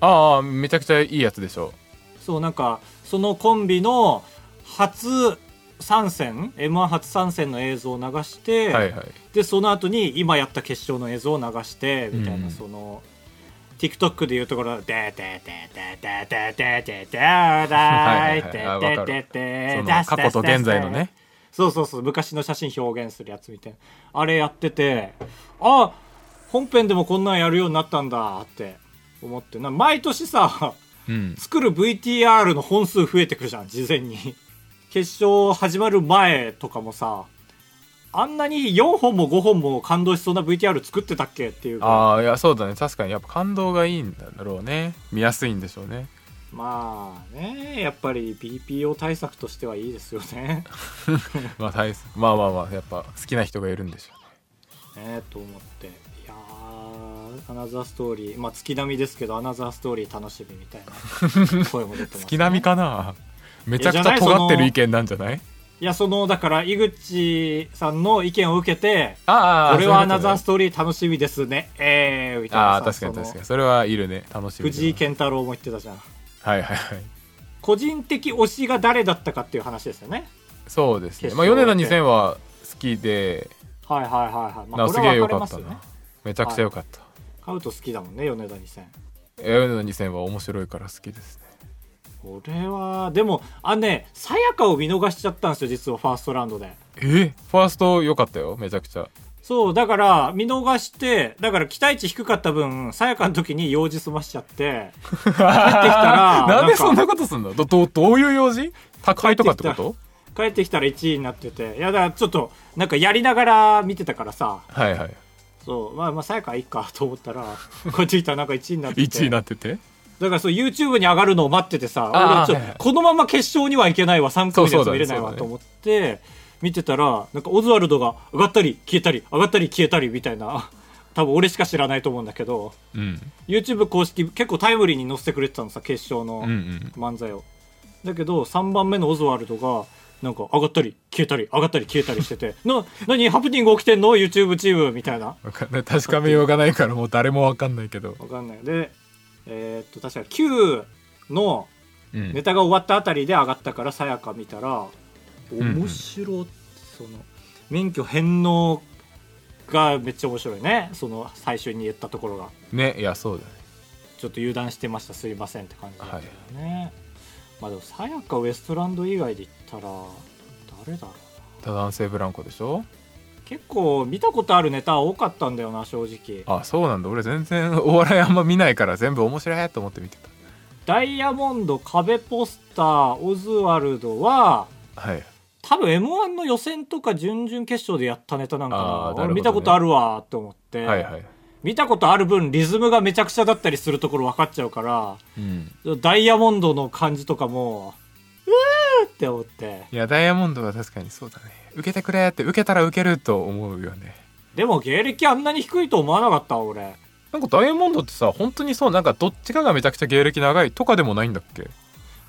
[SPEAKER 2] ああめちゃくちゃいいやつでしょ
[SPEAKER 1] そうなんかそのコンビの初参戦 m 1初参戦の映像を流して、
[SPEAKER 2] はいはい
[SPEAKER 1] でその後に今やった決勝の映像を流してみたいな、
[SPEAKER 2] うん
[SPEAKER 1] その TikTok でいうところ「でででででででででだいで
[SPEAKER 2] はいはいはいあわかる
[SPEAKER 1] でで
[SPEAKER 2] そ
[SPEAKER 1] で
[SPEAKER 2] の
[SPEAKER 1] だ
[SPEAKER 2] 過去と現在のね
[SPEAKER 1] そうそうそう昔の写真表現するやつみたいなあれやっててあ本編でもこんなんやるようになったんだって思ってな毎年さ
[SPEAKER 2] うん
[SPEAKER 1] 作る VTR の本数増えてくるじゃん事前に決勝始まる前とかもさあんなに4本も5本も感動しそうな VTR 作ってたっけっていう
[SPEAKER 2] ああいやそうだね確かにやっぱ感動がいいんだろうね見やすいんでしょうね
[SPEAKER 1] まあねやっぱり BPO 対策としてはいいですよね *laughs*
[SPEAKER 2] まあ大まあまあまあやっぱ好きな人がいるんでしょうね
[SPEAKER 1] ねと思っていやーアナザーストーリーまあ月並みですけどアナザーストーリー楽しみみたい
[SPEAKER 2] *laughs*
[SPEAKER 1] な声も出てます、ね、
[SPEAKER 2] 月並みかなめちゃくち
[SPEAKER 1] いや
[SPEAKER 2] ゃ
[SPEAKER 1] じゃない
[SPEAKER 2] 尖ってる意見なんじゃない
[SPEAKER 1] いやそのだから井口さんの意見を受けて
[SPEAKER 2] ああ
[SPEAKER 1] 俺はアナザース
[SPEAKER 2] ト
[SPEAKER 1] トーリー楽しみですね。えー、みたいなさ。
[SPEAKER 2] ああ確かに
[SPEAKER 1] その
[SPEAKER 2] 確かにそれはいるね楽しみだな
[SPEAKER 1] 藤井健太郎も言ってたじゃん。
[SPEAKER 2] はいはいはい
[SPEAKER 1] 個人的推しが誰だったかっていう話ですよね。
[SPEAKER 2] そうですね
[SPEAKER 1] 決
[SPEAKER 2] まあ
[SPEAKER 1] 勝
[SPEAKER 2] 米田2000は好きで
[SPEAKER 1] はいはいはいはい。ま
[SPEAKER 2] な
[SPEAKER 1] あ、
[SPEAKER 2] ん
[SPEAKER 1] これ
[SPEAKER 2] かすげ
[SPEAKER 1] は
[SPEAKER 2] え良
[SPEAKER 1] 分かれま
[SPEAKER 2] かっ
[SPEAKER 1] す
[SPEAKER 2] た
[SPEAKER 1] よね
[SPEAKER 2] な。めちゃくちゃ良かった
[SPEAKER 1] カウト好きだもんね、米田2000。
[SPEAKER 2] え米田2000は面白いから好きですね
[SPEAKER 1] 俺は、でも、あね、さやかを見逃しちゃったんですよ、実はファーストラウンドで。
[SPEAKER 2] えファースト良かったよめちゃくちゃ
[SPEAKER 1] そう、だから、見逃して、だから期待値低かった分、さやかの時に用事済ましちゃって、
[SPEAKER 2] 帰ってきた
[SPEAKER 1] ら
[SPEAKER 2] *laughs* なん
[SPEAKER 1] なん
[SPEAKER 2] で
[SPEAKER 1] か
[SPEAKER 2] そんなことすんのどどどういう用事宅配とかってこと
[SPEAKER 1] 帰ってきたら1位になってて、いや、だからちょっと、なんかやりながら見てたからさ、
[SPEAKER 2] はいはい
[SPEAKER 1] そうまあまあさやかはいいかと思ったら *laughs* こっち来たらなんか1位になってて
[SPEAKER 2] 1位になってて
[SPEAKER 1] だからそう YouTube に上がるのを待っててさ俺
[SPEAKER 2] あー
[SPEAKER 1] はちょ
[SPEAKER 2] はいはい
[SPEAKER 1] このまま決勝にはいけないわ3組のやつ見れない
[SPEAKER 2] そうそうだ
[SPEAKER 1] わ
[SPEAKER 2] ね
[SPEAKER 1] と思って見てたらなんかオズワルドが上がったり消えたり上がったり消えたりみたいな *laughs* 多分俺しか知らないと思うんだけど
[SPEAKER 2] うん
[SPEAKER 1] YouTube 公式結構タイムリーに載せてくれてたのさ決勝
[SPEAKER 2] う
[SPEAKER 1] の
[SPEAKER 2] んうん
[SPEAKER 1] 漫才を、だけど3番目のオズワルドがなんか上がったり消えたり上がったり消えたりして *laughs* て「な何ハプニング起きてんの ?YouTube チーム」みたいな
[SPEAKER 2] わかんない確かめようがないからもう誰もわかんないけど、
[SPEAKER 1] わかんないでえーっと確か9の
[SPEAKER 2] うん
[SPEAKER 1] ネタが終わったあたりで上がったからさやか見たら
[SPEAKER 2] ん
[SPEAKER 1] 面白いその免許返納がめっちゃ面白いねその最初に言ったところが
[SPEAKER 2] ねいやそうだね
[SPEAKER 1] ちょっと油断してましたすいませんって感じだったよね、まあでもさやかウエストランド以外で言ったら誰だろうな
[SPEAKER 2] 多男性ブランコでしょ
[SPEAKER 1] 結構見たことあるネタ多かったんだよな正直
[SPEAKER 2] あそうなんだ俺全然 *laughs* お笑いあんま見ないから全部面白いと思って見て
[SPEAKER 1] ダイヤモンド壁ポスターオズワルドは
[SPEAKER 2] たはい
[SPEAKER 1] 多分 m 1の予選とか準々決勝でやったネタなんかな
[SPEAKER 2] あーなるほどね
[SPEAKER 1] 俺見たことあるわと思って、
[SPEAKER 2] はいはい
[SPEAKER 1] 見たことある分リズムがめちゃくちゃだったりするところ分かっちゃうから
[SPEAKER 2] うん
[SPEAKER 1] ダイヤモンドの感じとかもうーって思って
[SPEAKER 2] いやダイヤモンドは確かにそうだね受けてくれって受けたら受けると思うよね
[SPEAKER 1] でも芸歴あんなに低いと思わなかった俺
[SPEAKER 2] なんかダイヤモンドってさ本当にそうなんかどっちかがめちゃくちゃ芸歴長いとかでもないんだっけ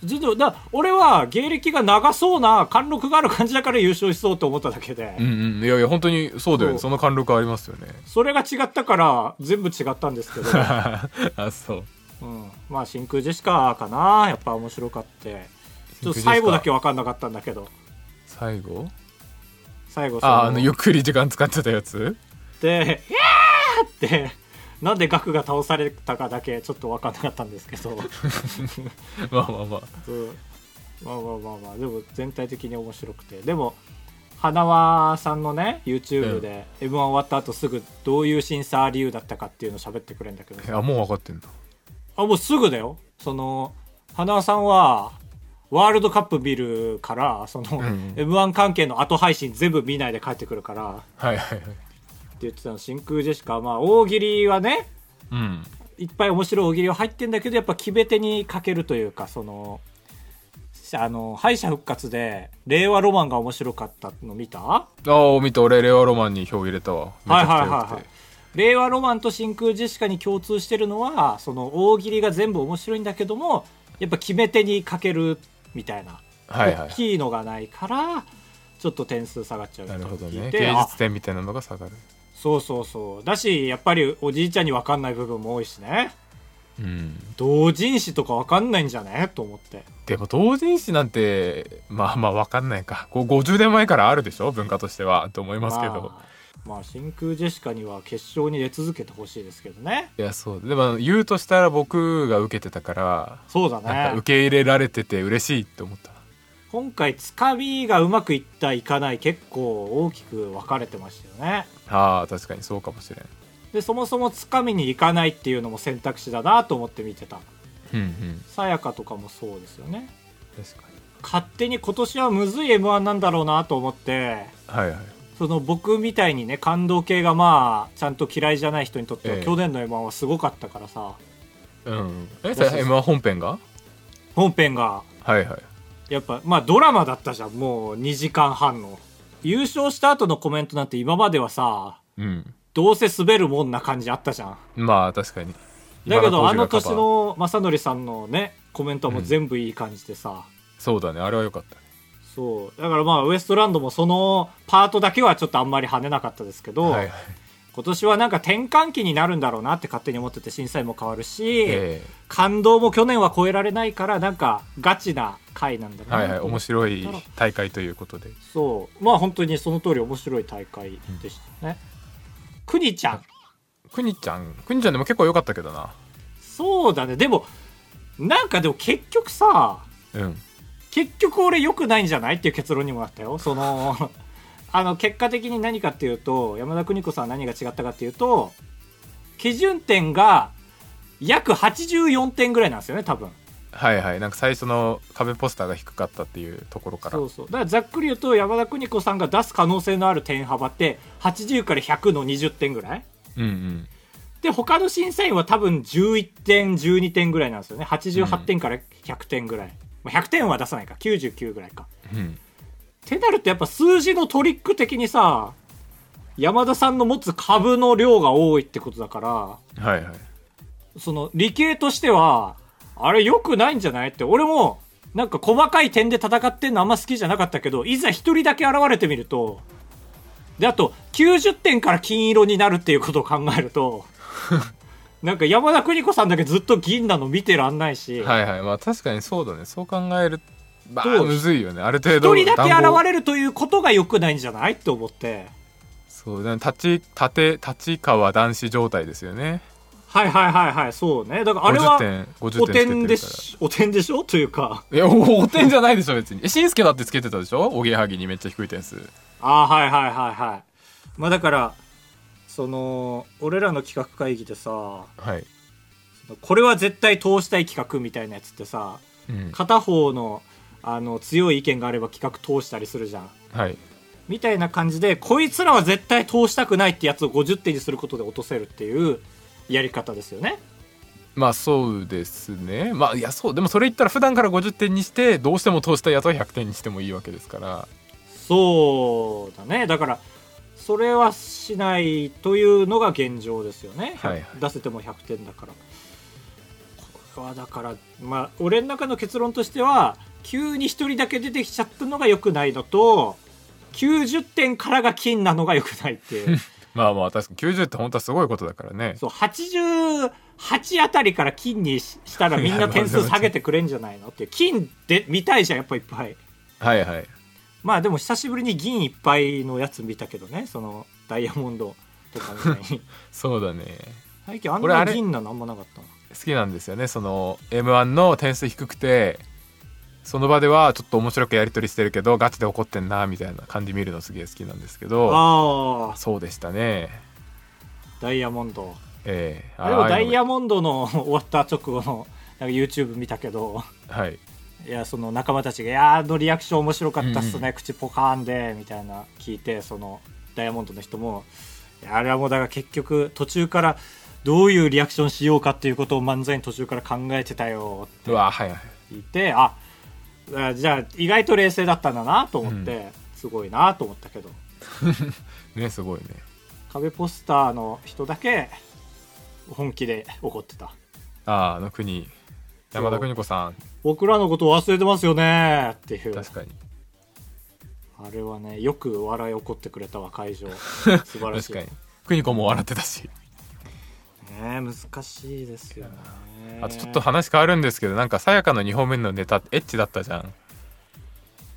[SPEAKER 1] ちょっとだ俺は芸歴が長そうな貫禄がある感じだから優勝しそうと思っただけで、
[SPEAKER 2] うんうんいやいや本当にそうだよね
[SPEAKER 1] そ
[SPEAKER 2] そうの貫禄ありますよね
[SPEAKER 1] それが違ったから全部違ったんですけど、
[SPEAKER 2] *laughs* あそ
[SPEAKER 1] う
[SPEAKER 2] う
[SPEAKER 1] ん、まあ真空ジェシカかなやっぱ面白かってちょっと最後だけ分かんなかったんだけど
[SPEAKER 2] 最後
[SPEAKER 1] 最後そ
[SPEAKER 2] ああのゆ
[SPEAKER 1] 言
[SPEAKER 2] っくり時間使ってたやつ
[SPEAKER 1] って「イエー!」ってなんでガクが倒されたかだけちょっと分かんなかったんですけど、
[SPEAKER 2] *laughs* まあまあまあ
[SPEAKER 1] うんまあまあまあまあでも全体的に面白くてでも花輪さんのね YouTube で m 1終わった後すぐどういう審査理由だったかっていうのを喋ってくれるんだけど
[SPEAKER 2] えあもう分かってんだ
[SPEAKER 1] あもうすぐだよその花輪さんはワールドカップ見るからその、
[SPEAKER 2] うん
[SPEAKER 1] m 1関係の後配信全部見ないで帰ってくるから
[SPEAKER 2] はいはいは
[SPEAKER 1] っ
[SPEAKER 2] い
[SPEAKER 1] て言ってたの真空ジェシカまあ大喜利はね
[SPEAKER 2] うん
[SPEAKER 1] いっぱい面白い大喜利は入ってんだけどやっぱ決め手に欠けるというかそのあの敗者復活で令和ロマンが面白かったの見たは
[SPEAKER 2] ああ見た俺レオロマンに票入れたわ
[SPEAKER 1] いはいはいはい令和ロマンと真空ジェシカに共通してるのはその大喜利が全部面白いんだけどもやっぱ決め手に欠けるみたいな、
[SPEAKER 2] はいはい
[SPEAKER 1] 大きいのがないからちょっと点数下がっちゃうみ
[SPEAKER 2] な
[SPEAKER 1] たいな
[SPEAKER 2] る
[SPEAKER 1] の
[SPEAKER 2] ほ
[SPEAKER 1] を
[SPEAKER 2] ど
[SPEAKER 1] 聞
[SPEAKER 2] ね
[SPEAKER 1] いて
[SPEAKER 2] 芸
[SPEAKER 1] あ
[SPEAKER 2] 術点みたいなのが下がる
[SPEAKER 1] そうそうそうだしやっぱりおじいちゃんに分かんない部分も多いしね
[SPEAKER 2] うん
[SPEAKER 1] 同人誌とか分かんないんじゃねと思って
[SPEAKER 2] でも同人誌なんてまあまあ分かんないかこう50年前からあるでしょ文化としてはと思いますけど
[SPEAKER 1] まあ、まあ真空ジェシカには決勝に出続けてほしいですけどね
[SPEAKER 2] いやそうでも言うとしたら僕が受けてたから
[SPEAKER 1] そうだ
[SPEAKER 2] なんか
[SPEAKER 1] ね
[SPEAKER 2] *laughs* 受け入れられてて嬉しいって思った
[SPEAKER 1] 今回つかみがうまくいったいかない結構大きく分かれてましたよね
[SPEAKER 2] ああ確かにそうかもしれん
[SPEAKER 1] でそもそもつかみにいかないっていうのも選択肢だなと思って見てた
[SPEAKER 2] うんうん
[SPEAKER 1] さやかとかもそうですよね
[SPEAKER 2] 確かに
[SPEAKER 1] 勝手に今年はむずい m 1なんだろうなと思って
[SPEAKER 2] はいはい
[SPEAKER 1] その僕みたいにね感動系がまあちゃんと嫌いじゃない人にとっては、
[SPEAKER 2] ええ
[SPEAKER 1] 去年の m 1はすごかったからさ
[SPEAKER 2] うん
[SPEAKER 1] そう
[SPEAKER 2] え
[SPEAKER 1] そう
[SPEAKER 2] さ
[SPEAKER 1] そう
[SPEAKER 2] m 1本編が
[SPEAKER 1] 本編が
[SPEAKER 2] はいはい
[SPEAKER 1] やっぱまあドラマだったじゃんもう2時間半の優勝した後のコメントなんて今まではさ
[SPEAKER 2] うん
[SPEAKER 1] どうせ滑るもんな感じあったじゃん
[SPEAKER 2] まあ確かに
[SPEAKER 1] だけどあの
[SPEAKER 2] 今田耕司がカバー
[SPEAKER 1] 年の正則さんのねコメントはもう全部いい感じでさ、
[SPEAKER 2] そうだねあれは良かったね
[SPEAKER 1] そうだからまあウエストランドもそのパートだけはちょっとあんまり跳ねなかったですけど、
[SPEAKER 2] はいはい
[SPEAKER 1] 今年はなんか転換期になるんだろうなって勝手に思ってて審査員も変わるし、
[SPEAKER 2] え
[SPEAKER 1] 感動も去年は超えられないからなんかガチな回なんだ
[SPEAKER 2] え
[SPEAKER 1] な
[SPEAKER 2] はいはい
[SPEAKER 1] と思って
[SPEAKER 2] 面白い大会ということで
[SPEAKER 1] そうまあ本当にその通り面白い大会でしたね、くにちゃん
[SPEAKER 2] くにちゃんくにちゃんでも結構良かったけどな
[SPEAKER 1] そうだねでもなんかでも結局さ
[SPEAKER 2] うん
[SPEAKER 1] 結局俺良くないんじゃないっていう結論にもなったよその *laughs* あの結果的に何かっていうと山田邦子さんは何が違ったかっていうと基準点が約84点ぐらいなんですよね多分
[SPEAKER 2] はいはいなんか最初の壁ポスターが低かったっていうところから
[SPEAKER 1] そうそうだからざっくり言うと山田邦子さんが出す可能性のある点幅って80から100の20点ぐらい
[SPEAKER 2] うんうん
[SPEAKER 1] で他の審査員は多分11点12点ぐらいなんですよね88点から100点ぐらい、まあ100点は出さないか99ぐらいか
[SPEAKER 2] うん
[SPEAKER 1] ってなるとやっぱ数字のトリック的にさ山田さんの持つ株の量が多いってことだから
[SPEAKER 2] はいはい
[SPEAKER 1] その理系としてはあれ良くないんじゃないって俺もなんか細かい点で戦ってんのあんま好きじゃなかったけどいざ一人だけ現れてみるとであと90点から金色になるっていうことを考える
[SPEAKER 2] *laughs*
[SPEAKER 1] となんか山田邦子さんだけずっと銀なの見てらんないし、
[SPEAKER 2] はいはいまあ確かにそうだねそう考えるまあ
[SPEAKER 1] そう
[SPEAKER 2] むずいよねある程
[SPEAKER 1] 一
[SPEAKER 2] 度
[SPEAKER 1] 人だけ現
[SPEAKER 2] 暖房
[SPEAKER 1] れるということが良くないんじゃないと思って
[SPEAKER 2] そうだね立ち立て立川男子状態ですよね
[SPEAKER 1] はいはいはいはいそうねだからあれ
[SPEAKER 2] 50
[SPEAKER 1] は
[SPEAKER 2] 点50
[SPEAKER 1] お
[SPEAKER 2] 点つけてる
[SPEAKER 1] 点
[SPEAKER 2] から
[SPEAKER 1] でしお点でしょというか
[SPEAKER 2] いやおお点じゃないでしょ別にえしんすけだってつけてたでしょおぎやはぎにめっちゃ低い点数
[SPEAKER 1] ああはいはいはいはいまあだからその俺らの企画会議でさ
[SPEAKER 2] はい、
[SPEAKER 1] これは絶対通したい企画みたいなやつってさ
[SPEAKER 2] うん、
[SPEAKER 1] 片方のあの強い意見があれば企画通したりするじゃん
[SPEAKER 2] はい
[SPEAKER 1] みたいな感じでこいつらは絶対通したくないってやつを50点にすることで落とせるっていうやり方ですよね
[SPEAKER 2] まあそうですねまあいやそうでもそれ言ったら普段から50点にしてどうしても通したいやつは100点にしてもいいわけですから
[SPEAKER 1] そうだねだからそれはしないというのが現状ですよね、
[SPEAKER 2] はいはい
[SPEAKER 1] 出せても100点だからこれはだからまあ俺の中の結論としては急に1人だけ出てきちゃったのが良くないのと90点からが金なのが良くないって
[SPEAKER 2] *laughs*
[SPEAKER 1] いう
[SPEAKER 2] まあまあ確かに90って本当はすごいことだからね
[SPEAKER 1] そう88あたりから金にししたらみんな点数下げてくれんじゃないのっていう金で見たいじゃんやっぱいっぱい
[SPEAKER 2] はいはい
[SPEAKER 1] まあでも久しぶりに銀いっぱいのやつ見たけどねそのダイヤモンドとかみたい *laughs* に
[SPEAKER 2] そうだね
[SPEAKER 1] 最近あん
[SPEAKER 2] 俺あ
[SPEAKER 1] な
[SPEAKER 2] れ
[SPEAKER 1] 銀なのあんまなかったな
[SPEAKER 2] 好きなんですよねその m 1の点数低くてその場ではちょっと面白くやり取りしてるけどガチで怒ってんなみたいな感じ見るのすげえ好きなんですけど
[SPEAKER 1] ああ
[SPEAKER 2] そうでしたね
[SPEAKER 1] ダイヤモンド
[SPEAKER 2] ええ
[SPEAKER 1] でもダイヤ
[SPEAKER 2] モ
[SPEAKER 1] モンドの終わった直後のなんか YouTube 見たけど
[SPEAKER 2] はい
[SPEAKER 1] いやその仲間たちが「いやーあのリアクション面白かったっすね、口ポカーンで」みたいな聞いてそのダイヤモンドの人も「いやあれはもうだから結局途中からどういうリアクションしようかっていうことを漫才の途中から考えてたよ」って
[SPEAKER 2] うわはいはい
[SPEAKER 1] いてああじゃあ意外と冷静だったんだなと思って、すごいなと思ったけど
[SPEAKER 2] ねすごいね
[SPEAKER 1] 壁ポスターの人だけ本気で怒ってた
[SPEAKER 2] あああの国
[SPEAKER 1] そう
[SPEAKER 2] 山田邦子さん
[SPEAKER 1] 僕らのこと忘れてますよねっていう
[SPEAKER 2] 確かに
[SPEAKER 1] あれはねよく笑い起こってくれたわ会
[SPEAKER 2] *laughs*
[SPEAKER 1] 場素晴らし
[SPEAKER 2] 確
[SPEAKER 1] い
[SPEAKER 2] かに邦子も笑ってたし
[SPEAKER 1] ね難しいですよね
[SPEAKER 2] あとちょっと話変わるんですけどなんかさやかの2本目のネタエッチだったじゃん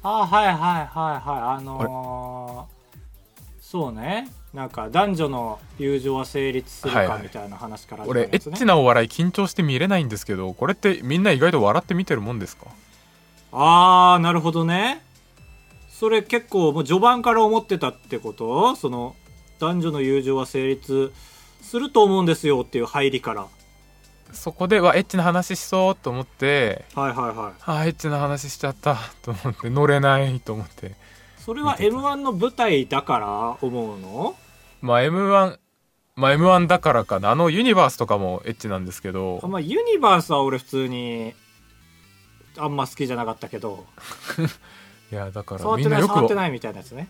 [SPEAKER 1] あはいはいはいはいあのー、そうねなんか男女の友情は成立する
[SPEAKER 2] はいは
[SPEAKER 1] か
[SPEAKER 2] い
[SPEAKER 1] みたいな話から始まる
[SPEAKER 2] 俺
[SPEAKER 1] や
[SPEAKER 2] エ
[SPEAKER 1] つね
[SPEAKER 2] ッチなお笑い緊張して見れないんですけどこれってみんな意外と笑って見てるもんですか
[SPEAKER 1] あーなるほどねそれ結構もう序盤から思ってたってことその男女の友情は成立すると思うんですよっていう入りから
[SPEAKER 2] そこではエッチな話しそうと思って
[SPEAKER 1] はいはいは
[SPEAKER 2] あーエッチな話しちゃったと思って乗れないと思って
[SPEAKER 1] いそれは
[SPEAKER 2] 見てた
[SPEAKER 1] m 1の舞台だから思うの
[SPEAKER 2] まあ m 1まあ m 1だからかなあのユニバースとかもエッチなんですけ
[SPEAKER 1] あ
[SPEAKER 2] ど
[SPEAKER 1] まあユニバースは俺普通にあんま好きじゃなかったけど
[SPEAKER 2] いやだから
[SPEAKER 1] 触っ
[SPEAKER 2] み
[SPEAKER 1] て
[SPEAKER 2] ん
[SPEAKER 1] な
[SPEAKER 2] ないよく
[SPEAKER 1] 触ってないみたいなやつね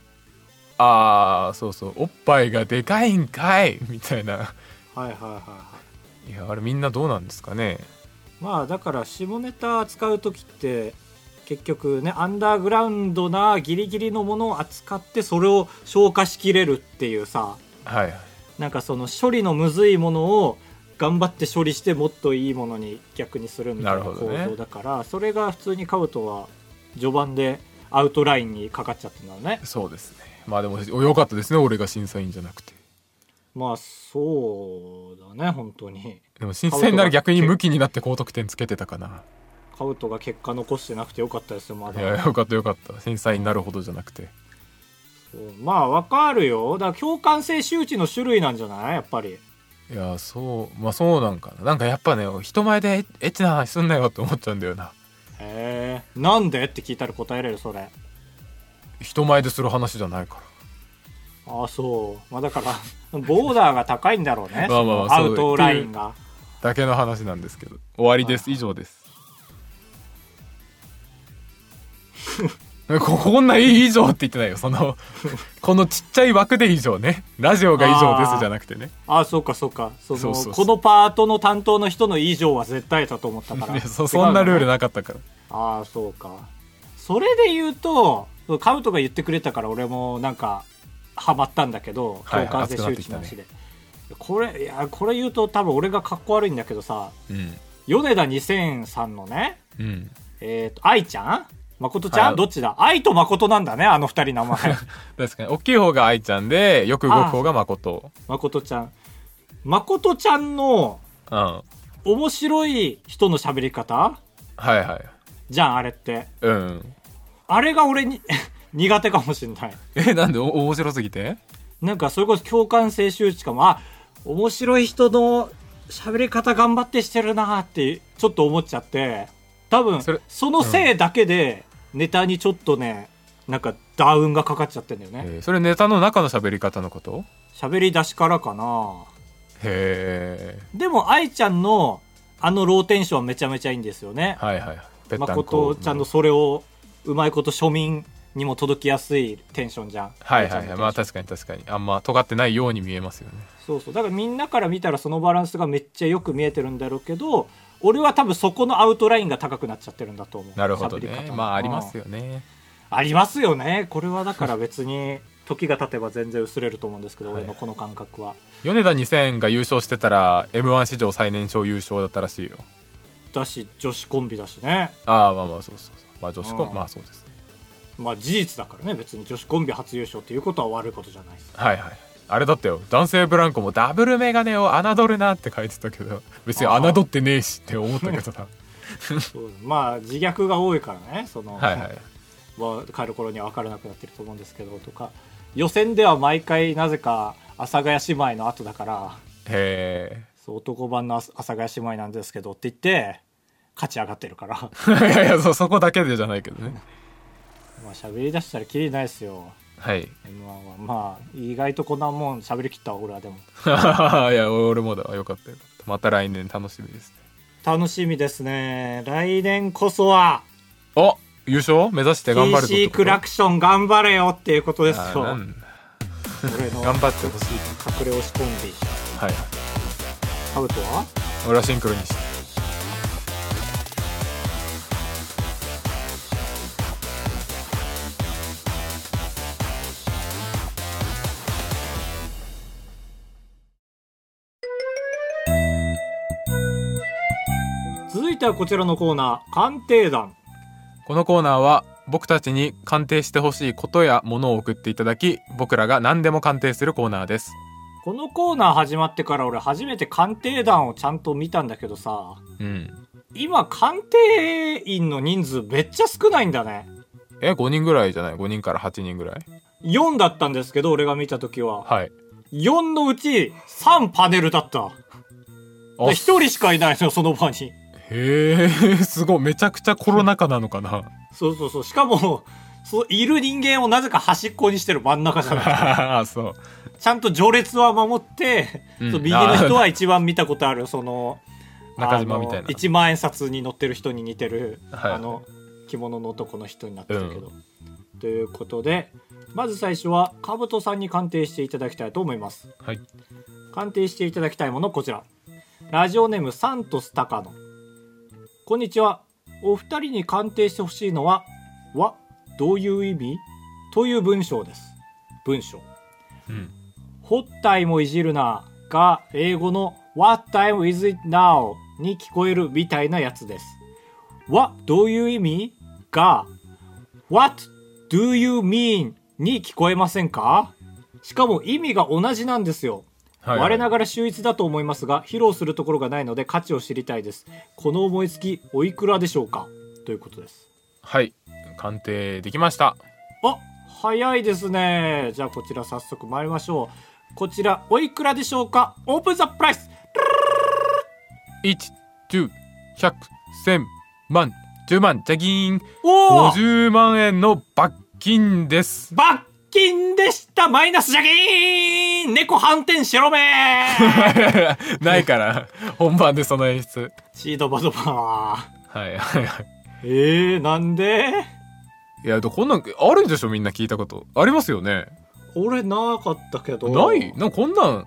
[SPEAKER 2] ああそうそうおっぱいがでかいんかいみたいな
[SPEAKER 1] はいはいはいはい
[SPEAKER 2] いやあれみんなどうなんですかね
[SPEAKER 1] まあだから下ネタ扱う時って結局ねアンダーグラウンドなギリギリのものを扱ってそれを消化しきれるっていうさ
[SPEAKER 2] はいはい
[SPEAKER 1] なんかその処理のむずいものを頑張って処理してもっといいものに逆にするみたいな
[SPEAKER 2] なる
[SPEAKER 1] 構
[SPEAKER 2] ほどね
[SPEAKER 1] 造だから、それが普通にカブトは序盤でアウトラインにかかっちゃってたのね
[SPEAKER 2] そうですねまあでもおよかったですね俺が審査員じゃなくて
[SPEAKER 1] まあそうだね本当に
[SPEAKER 2] でも審査員なら逆に向きになって高得点つけてたかな
[SPEAKER 1] カブトが結果残してなくてよかったですよま
[SPEAKER 2] い
[SPEAKER 1] だ
[SPEAKER 2] やよかったよかった審査員になるほどじゃなくて
[SPEAKER 1] そうまあわかるよだから共感性周知の種類なんじゃないやっぱり
[SPEAKER 2] いやそうまあそうなんかななんかやっぱね人前でエッチな話すんなよって思っちゃうんだよな
[SPEAKER 1] へえなんでって聞いたら答えれるそれ
[SPEAKER 2] 人前でする話じゃないか
[SPEAKER 1] ああそうまあだから *laughs* ボーダーが高いんだろうね
[SPEAKER 2] まあまあまあ
[SPEAKER 1] そのアウトラインが
[SPEAKER 2] らだけの話なんですけど終わりです以上です *laughs* ここんない以上って言ってないよそのこのちっちゃい枠で以上ねラジオが以上ですじゃなくてね
[SPEAKER 1] ああそうかそうかその
[SPEAKER 2] そうそうそう
[SPEAKER 1] このパートの担当の人の以上は絶対だと思ったか
[SPEAKER 2] い
[SPEAKER 1] ら
[SPEAKER 2] *laughs* やそそんなルール
[SPEAKER 1] 違うのね
[SPEAKER 2] なかったから
[SPEAKER 1] ああそうかそれで言うとカブトが言ってくれたから俺もなんかハマったんだけど
[SPEAKER 2] はい
[SPEAKER 1] 共
[SPEAKER 2] は
[SPEAKER 1] 感
[SPEAKER 2] い
[SPEAKER 1] 性周知なしで、これいやこれ言うと多分俺がかっこ悪いんだけどさ
[SPEAKER 2] うん
[SPEAKER 1] 米田2000さんのね
[SPEAKER 2] うん
[SPEAKER 1] えっ、と愛ちゃん誠ちゃん、
[SPEAKER 2] はい
[SPEAKER 1] どっちだ愛と誠なんだねあの二人名
[SPEAKER 2] *laughs*
[SPEAKER 1] 前
[SPEAKER 2] 確かに大きい方が愛ちゃんでよく動く方が誠
[SPEAKER 1] 誠ちゃん誠ちゃんの
[SPEAKER 2] うんはい
[SPEAKER 1] 面白い人の喋り方
[SPEAKER 2] はい
[SPEAKER 1] じゃんあれって
[SPEAKER 2] うん
[SPEAKER 1] あれが俺に *laughs* 苦手かもしんない
[SPEAKER 2] えなんでお面白すぎて
[SPEAKER 1] なんかそれこそ共感性周知かもあ面白い人の喋り方頑張ってしてるなってちょっと思っちゃって多分
[SPEAKER 2] それ
[SPEAKER 1] そのせいだけでネタにちょっとねなんかダウンがかかっちゃってんだよね
[SPEAKER 2] えーそれネタの中の喋り方のこと
[SPEAKER 1] 喋り出しからかな
[SPEAKER 2] へえ
[SPEAKER 1] でも愛ちゃんのあのローテンションはめちゃめちゃいいんですよね
[SPEAKER 2] はいはいぺったんこ
[SPEAKER 1] 誠ちゃんのそれをうまいこと庶民にも届きやすいテンションじゃん
[SPEAKER 2] はいはいはいまあ
[SPEAKER 1] 愛ちゃんのテンション
[SPEAKER 2] 確かに確かにあんま尖ってないように見えますよね
[SPEAKER 1] そうそうだからみんなから見たらそのバランスがめっちゃよく見えてるんだろうけど俺は多分そこのアウトラインが高くなっちゃってるんだと思う
[SPEAKER 2] なるほど
[SPEAKER 1] 喋り
[SPEAKER 2] ね
[SPEAKER 1] 方
[SPEAKER 2] まあありますよね
[SPEAKER 1] うんありますよねこれはだから別に時が経てば全然薄れると思うんですけど、
[SPEAKER 2] はい
[SPEAKER 1] 俺のこの感覚は
[SPEAKER 2] 米田2000が優勝してたら m 1史上最年少優勝だったらしいよ
[SPEAKER 1] だし女子コンビだしね
[SPEAKER 2] ああまあまあそうそうそうまあ女子コン
[SPEAKER 1] うん
[SPEAKER 2] まあそうです
[SPEAKER 1] まあ事実だからね別に女子コンビ初優勝っていうことは悪いことじゃないです
[SPEAKER 2] はいはいあれだったよ男性ブランコもダブルメガネを侮るなって書いてたけど別に
[SPEAKER 1] あー
[SPEAKER 2] 侮ってねえしって思ったけど
[SPEAKER 1] *laughs*
[SPEAKER 2] な
[SPEAKER 1] そうまあ自虐が多いからねその、
[SPEAKER 2] はいはい
[SPEAKER 1] は帰る頃には分からなくなってると思うんですけどとか予選では毎回なぜか阿佐ヶ谷姉妹の後だから
[SPEAKER 2] へ
[SPEAKER 1] そう男版の阿佐阿佐ヶ谷姉妹なんですけどって言って勝ち上がってるから
[SPEAKER 2] えいやいやそそこだけでじゃないけどね
[SPEAKER 1] まあ喋り出したらキリないですよ
[SPEAKER 2] はい
[SPEAKER 1] m はまあ意外とこんなもん喋りきったわ俺はでも
[SPEAKER 2] い *laughs* や俺もだわよかったよかったまた来年楽しみですね
[SPEAKER 1] 楽しみですね来年こそは
[SPEAKER 2] お優勝目指して頑張るぞって
[SPEAKER 1] TC
[SPEAKER 2] こと
[SPEAKER 1] クラクション頑張れよっていうことです
[SPEAKER 2] あー
[SPEAKER 1] よ
[SPEAKER 2] な
[SPEAKER 1] 俺
[SPEAKER 2] ん
[SPEAKER 1] の
[SPEAKER 2] 頑張ってほしい
[SPEAKER 1] 隠れ押しコンビ
[SPEAKER 2] はいはい
[SPEAKER 1] カブトは
[SPEAKER 2] 俺はシンクロにして
[SPEAKER 1] 続いてはこちらのコーナー鑑定団
[SPEAKER 2] このコーナーは僕たちに鑑定してほしいことやものを送っていただき僕らが何でも鑑定するコーナーです
[SPEAKER 1] このコーナー始まってから俺初めて鑑定団をちゃんと見たんだけどさ
[SPEAKER 2] うん
[SPEAKER 1] 今鑑定員の人数めっちゃ少ないんだね
[SPEAKER 2] え5人ぐらいじゃない5人から8人ぐらい
[SPEAKER 1] 4だったんですけど俺が見た時は
[SPEAKER 2] はい
[SPEAKER 1] 4のうち3パネルだった
[SPEAKER 2] あ
[SPEAKER 1] 1人しかいないのよその場に
[SPEAKER 2] へえすごいめちゃくちゃコロナ禍なのかな
[SPEAKER 1] そうそうそうしかもそういる人間をなぜか端っこにしてる真ん中じゃない
[SPEAKER 2] あ *laughs* そう
[SPEAKER 1] ちゃんと序列は守って、
[SPEAKER 2] うん
[SPEAKER 1] そう右の人は一番見たことあるその
[SPEAKER 2] 中島みたいな
[SPEAKER 1] 1万円札に乗ってる人に似てる、
[SPEAKER 2] はい
[SPEAKER 1] あの着物の男の人になってるけど、ということでまず最初はかぶとさんに鑑定していただきたいと思います
[SPEAKER 2] はい
[SPEAKER 1] 鑑定していただきたいものこちらラジオネームサントス高野こんにちはお二人に鑑定してほしいのは「はどういう意味?」という文章です文章
[SPEAKER 2] うん
[SPEAKER 1] ホッタイもいじるなが英語の What time is it now? に聞こえるみたいなやつです。What どういう意味が What do you mean? に聞こえませんかしかも意味が同じなんですよ。
[SPEAKER 2] はい
[SPEAKER 1] 我ながら秀逸だと思いますが披露するところがないので価値を知りたいです。この思いつきおいくらでしょうかということです。
[SPEAKER 2] はい鑑定できました
[SPEAKER 1] あ早いですねじゃあこちら早速参りましょうこちらおいくらでしょうかオープンザプライス
[SPEAKER 2] 101001000万10万ジャギーン
[SPEAKER 1] おお
[SPEAKER 2] 50万円の罰金です
[SPEAKER 1] 罰金でしたマイナスじゃぎーん猫反転しろめ
[SPEAKER 2] *laughs* ないから本番でその演出
[SPEAKER 1] チードバドバ
[SPEAKER 2] はいはいはい
[SPEAKER 1] ーえー、なんで
[SPEAKER 2] いやでこんなんあるんでしょみんな聞いたことありますよね
[SPEAKER 1] 俺なかったけど
[SPEAKER 2] ないなんかこんなん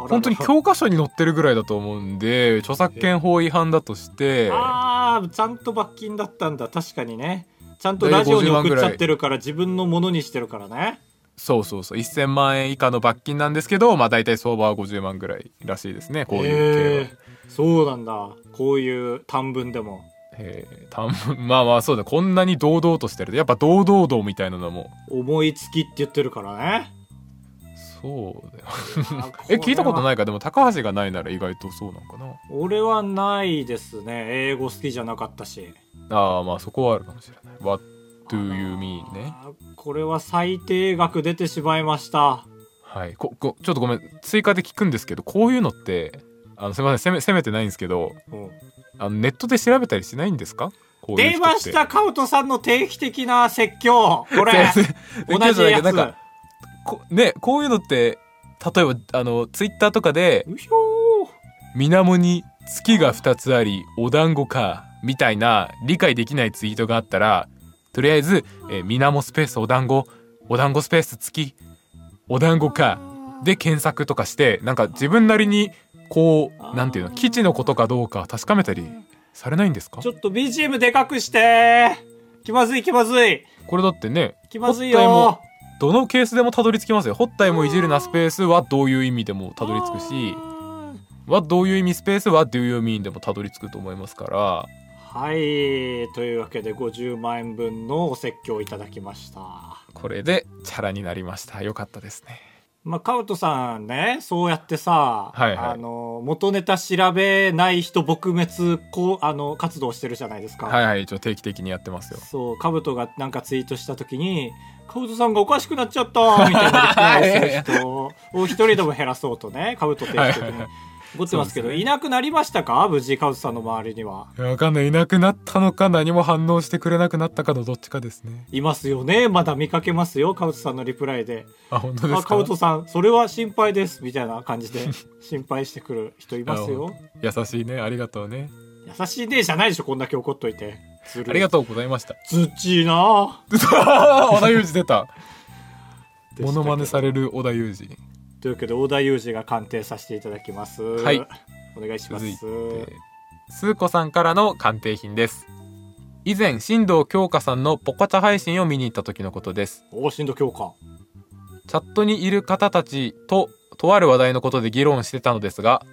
[SPEAKER 1] あらら
[SPEAKER 2] 本当に教科書に載ってるぐらいだと思うんで著作権法違反だとして
[SPEAKER 1] ああーちゃんと罰金だったんだ確かにねちゃんとラジオに送っちゃってるから自分のものにしてるからね
[SPEAKER 2] そうそうそう1000万円以下の罰金なんですけどまあ大体相場は50万ぐらいらしいですねこういう系は
[SPEAKER 1] へーそうなんだこういう短文でも
[SPEAKER 2] えーたん *laughs* まあまあそうだこんなに堂々としてるやっぱ堂々堂みたいなのも
[SPEAKER 1] 思いつきって言ってるからね
[SPEAKER 2] そうだよ
[SPEAKER 1] あ
[SPEAKER 2] *laughs* え聞いたこと
[SPEAKER 1] れは
[SPEAKER 2] ないかでも高橋がないなら意外とそうなんかな
[SPEAKER 1] 俺はないですね英語好きじゃなかったし
[SPEAKER 2] ああまあそこはあるかもしれない What do you mean ね
[SPEAKER 1] あーこれは最低額出てしまいました
[SPEAKER 2] はいここちょっとごめん追加で聞くんですけどこういうのってあのすいません責め責めてないんですけど
[SPEAKER 1] うん
[SPEAKER 2] あのネットで調べたりしないんですかこういう人って
[SPEAKER 1] 出ましたカウトさんの定期的な説教こ
[SPEAKER 2] *laughs*
[SPEAKER 1] れ同じやつ
[SPEAKER 2] なんかこねこういうのって例えばあのツイッターとかで
[SPEAKER 1] うひょー
[SPEAKER 2] 水面に月が2つありお団子かみたいな理解できないツイートがあったらとりあえず、えー、水面スペースお団子お団子スペース月お団子かで検索とかしてなんか自分なりにこうなんていうの基地のことかどうか確かめたりされないんですか
[SPEAKER 1] ちょっと BGM でかくして気まずい気まずい
[SPEAKER 2] これだってね
[SPEAKER 1] 気まずい
[SPEAKER 2] ホッタイも
[SPEAKER 1] よ
[SPEAKER 2] どのケースでもたどり着きますよ。ホッタイもいじるなスペースはどういう意味でもたどり着くし、はどういう意味スペースは do you mean でもたどり着くと思いますから、
[SPEAKER 1] はいというわけで50万円分のお説教をいただきました
[SPEAKER 2] これでチャラになりました。よかったですね。
[SPEAKER 1] まあカウトさんねそうやってさ、
[SPEAKER 2] はいはい
[SPEAKER 1] あの元ネタ調べない人撲滅こうあの活動してるじゃないですか
[SPEAKER 2] はいはい、一応定期的にやってますよ。
[SPEAKER 1] そうカブトがなんかツイートした時に「カブトさんがおかしくなっちゃった」みたいなリプライする人を一人でも減らそうとねカブト定期的
[SPEAKER 2] はいはい
[SPEAKER 1] に
[SPEAKER 2] はい
[SPEAKER 1] 怒ってますけど
[SPEAKER 2] そうですね
[SPEAKER 1] いなくなりましたか無事カブトさんの周りにはい
[SPEAKER 2] やわかんない。いなくなったのか何も反応してくれなくなったかのどっちかですね。
[SPEAKER 1] いますよねまだ見かけますよカブトさんのリプライで
[SPEAKER 2] あ、
[SPEAKER 1] 「
[SPEAKER 2] 本当で
[SPEAKER 1] あ
[SPEAKER 2] すか
[SPEAKER 1] カブトさんそれは心配です」みたいな感じで心配してくる人います
[SPEAKER 2] *laughs*
[SPEAKER 1] よ
[SPEAKER 2] 優しいね。ありがとうね。
[SPEAKER 1] 優しいねじゃないでしょこんだけ怒っといてず
[SPEAKER 2] ありが
[SPEAKER 1] る
[SPEAKER 2] とうございま *laughs* した。
[SPEAKER 1] ずっちいな
[SPEAKER 2] 小田裕二出た。
[SPEAKER 1] でしたけど
[SPEAKER 2] *laughs* モノマネされる小田裕二。
[SPEAKER 1] というわけで小田裕二が鑑定させていただきます
[SPEAKER 2] はい
[SPEAKER 1] お願いしま
[SPEAKER 2] 続いて
[SPEAKER 1] す
[SPEAKER 2] スー子さんからの鑑定品です以前新藤京香さんのポカチャ配信を見に行った時のことです
[SPEAKER 1] お震度強化
[SPEAKER 2] チャットにいる方たちととある話題のことで議論してたのですが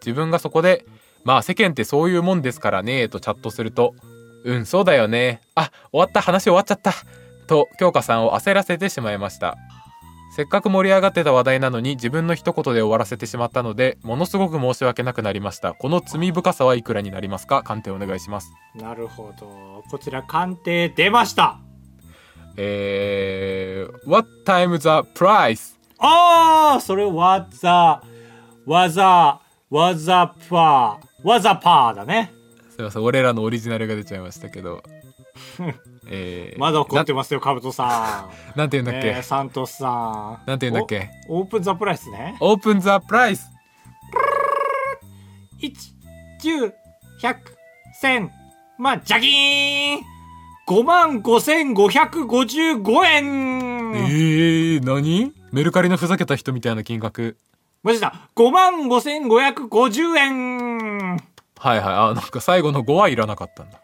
[SPEAKER 2] 自分がそこでまあ世間ってそういうもんですからねとチャットするとうんそうだよねあ終わった話終わっちゃったと京香さんを焦らせてしまいましたせっかく盛り上がってた話題なのに自分の一言で終わらせてしまったのでものすごく申し訳なくなりましたこの罪深さはいくらになりますか鑑定お願いします
[SPEAKER 1] なるほどこちら鑑定出ました
[SPEAKER 2] えー What time the price?
[SPEAKER 1] ああそれわざわざわざパーわざパーだね
[SPEAKER 2] すいません俺らのオリジナルが出ちゃいました
[SPEAKER 1] *laughs*
[SPEAKER 2] けどえー
[SPEAKER 1] まだ怒ってますよカブトさ
[SPEAKER 2] な *laughs* なんて言う
[SPEAKER 1] ん
[SPEAKER 2] んだっけ、
[SPEAKER 1] ねえサントスさん
[SPEAKER 2] なんて言うんだっけ
[SPEAKER 1] おオープンザプライスね
[SPEAKER 2] オープンザプライス
[SPEAKER 1] 一十百千まあジャギーン5万5555円、
[SPEAKER 2] えー、何メルカリのふざけた人みたいな金額
[SPEAKER 1] マジだ5万5550円
[SPEAKER 2] はいはいあなんか最後の5はいらなかったんだ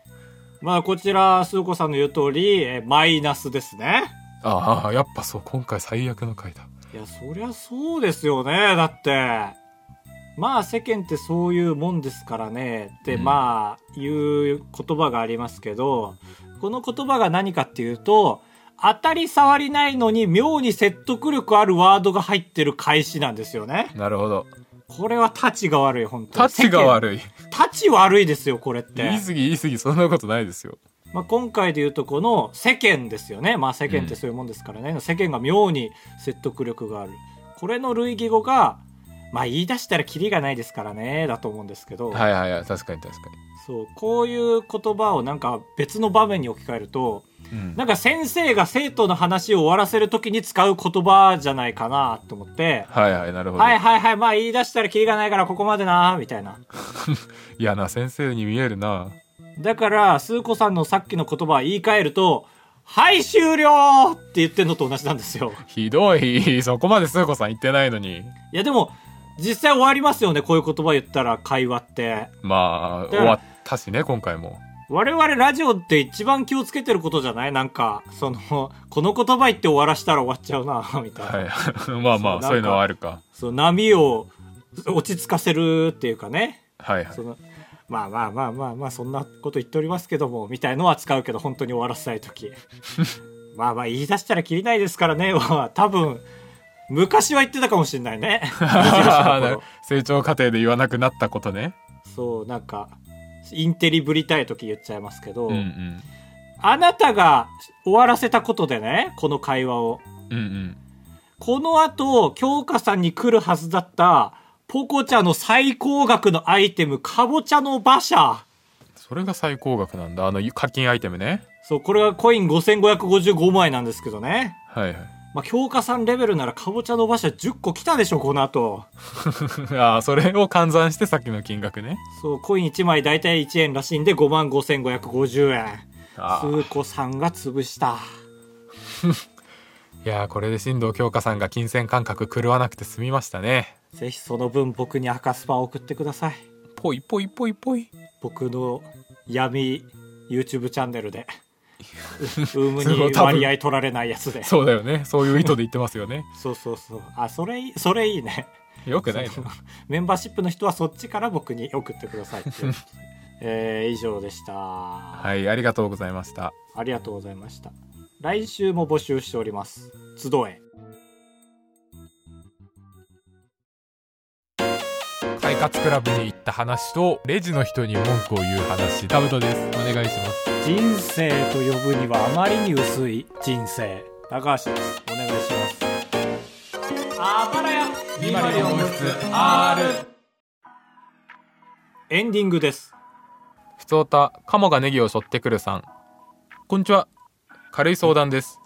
[SPEAKER 1] まあこちら、スー子さんの言う通り、えーマイナスですね。
[SPEAKER 2] ああやっぱそう今回最悪の回だ
[SPEAKER 1] いや、そりゃそうですよね。だって。まあ世間ってそういうもんですからね。って、
[SPEAKER 2] うん
[SPEAKER 1] まあ、いう言葉がありますけど、この言葉が何かっていうと、当たり障りないのに妙に説得力あるワードが入ってる返しなんですよね。
[SPEAKER 2] なるほど
[SPEAKER 1] これは立ちが悪い、本当
[SPEAKER 2] タチが
[SPEAKER 1] い。 *laughs*
[SPEAKER 2] 悪い
[SPEAKER 1] 立ち悪いですよ、これって。
[SPEAKER 2] 言い過ぎ言い過ぎそんなことないですよ
[SPEAKER 1] まあ、今回で言うとこの世間ですよね、まあ、世間ってそういうもんですからね、世間が妙に説得力があるこれの類義語が、まあ、言い出したらキリがないですからねだと思うんですけど、
[SPEAKER 2] はいはいはい確かに確か
[SPEAKER 1] そうこういう言葉をなんか別の場面に置き換えると
[SPEAKER 2] に、うん
[SPEAKER 1] なんか先生が生徒の話を終わらせる時に使う言葉じゃないかなと思って。
[SPEAKER 2] はいはいなるほど、
[SPEAKER 1] はいはいはい、まあ言い出したらキリがないからここまでな、みたいな。
[SPEAKER 2] 嫌な先生に見えるな
[SPEAKER 1] だから、スー子さんのさっきの言葉を言い換えると、はい、終了って言ってんのと同じなんですよ。
[SPEAKER 2] ひどいそこまでスー子さん言ってないのに
[SPEAKER 1] いやでも実際終わりますよねこういう言葉言ったら会話って
[SPEAKER 2] まあ
[SPEAKER 1] だ
[SPEAKER 2] 終わったしね今回も
[SPEAKER 1] 我々ラジオって一番気をつけてることじゃないなんか、その、この言葉言って終わらしたら終わっちゃうな、みたいな。
[SPEAKER 2] はい、 *laughs* ま
[SPEAKER 1] そ
[SPEAKER 2] あま
[SPEAKER 1] うなんか
[SPEAKER 2] あそういうのはあるか
[SPEAKER 1] そう波を落ち着かせるっていうかね。
[SPEAKER 2] はいはい
[SPEAKER 1] そのまあまあまあまあまあそんなこと言っておりますけどもみたいのは使うけど本当に終わらせたい
[SPEAKER 2] *laughs*
[SPEAKER 1] 時まあまあ言い出したらきりないですからねは多分昔は言ってたかもしれない
[SPEAKER 2] *laughs*
[SPEAKER 1] ね
[SPEAKER 2] あー *laughs* なる成長過程で言わなくなったことね
[SPEAKER 1] そうなんかインテリぶりたい時言っちゃいますけど、
[SPEAKER 2] うんうん
[SPEAKER 1] あなたが終わらせたことでねこの会話を
[SPEAKER 2] うんうん
[SPEAKER 1] この後京香さんに来るはずだったポコチャの最高額のアイテムかぼちゃの馬車
[SPEAKER 2] それが最高額なんだあの課金アイテムね
[SPEAKER 1] そうこれはコイン5555枚なんですけどね
[SPEAKER 2] はいはい
[SPEAKER 1] まあ、評価さんレベルならかぼちゃの馬車10個来たでしょこの後
[SPEAKER 2] *laughs* ああそれを換算してさっきの金額ね
[SPEAKER 1] そうコイン1枚大体1円らしいんで5万5550円
[SPEAKER 2] あ
[SPEAKER 1] 通
[SPEAKER 2] ー
[SPEAKER 1] 子さんが潰した
[SPEAKER 2] いやーこれで進藤京香さんが金銭感覚狂わなくて済みましたね
[SPEAKER 1] ぜひその分僕に赤スパを送ってください
[SPEAKER 2] ぽいぽいぽいぽい
[SPEAKER 1] 僕の闇 YouTube チャンネル
[SPEAKER 2] *laughs*
[SPEAKER 1] でうウーム
[SPEAKER 2] それは
[SPEAKER 1] に
[SPEAKER 2] 多分
[SPEAKER 1] 割合取られないやつで
[SPEAKER 2] そうだよねそういう意図で言ってますよ *laughs* ね
[SPEAKER 1] そうそうそうあそれいいそれいいね
[SPEAKER 2] よくないな
[SPEAKER 1] そのメンバーシップの人はそっちから僕に送ってくださいって *laughs* いうえー以上でしたは
[SPEAKER 2] はいありがとうございました
[SPEAKER 1] ありがとうございました。来週も募集しております。集え。
[SPEAKER 2] 快活クラブに行った話とレジの人に文句を言う話タブトですお願いします
[SPEAKER 1] 人生と呼ぶにはあまりに薄い人生。高橋です。お願いします。あばらやエンディングです。
[SPEAKER 2] ふつおたカモがネギを背負ってくるさんこんにちは軽い相談です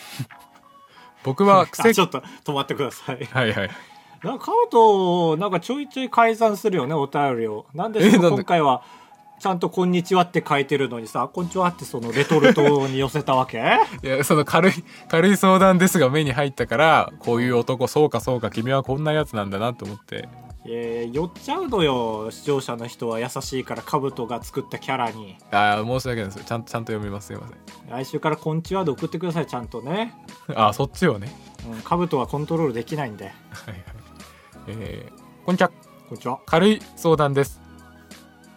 [SPEAKER 2] *laughs* 僕は
[SPEAKER 1] あ
[SPEAKER 2] 癖
[SPEAKER 1] ちょっと止まってください。
[SPEAKER 2] はいはい
[SPEAKER 1] なんか、カオト、なんかちょいちょい改ざんするよね、お便りを。なんでしょ
[SPEAKER 2] え
[SPEAKER 1] う
[SPEAKER 2] なんで
[SPEAKER 1] 今回は、ちゃんとこんにちはって書いてるのにさ、こんにちはってそのレトルトに寄せたわ *laughs* け
[SPEAKER 2] いやその軽い軽い相談ですが目に入ったからこういう男そうかそうか君はこんなやつなんだなと思って
[SPEAKER 1] えー、寄っちゃうのよ視聴者の人は優しいからカブトが作ったキャラに
[SPEAKER 2] ああ申し訳ないですちゃんちゃんと読みますすいませ
[SPEAKER 1] 来週から「こんちは」で送ってくださいちゃんとね、
[SPEAKER 2] んあーそっちをね
[SPEAKER 1] うん、カブトはコントロールできないんで
[SPEAKER 2] はいはいえー、こんにちは
[SPEAKER 1] こんちは
[SPEAKER 2] 軽い相談です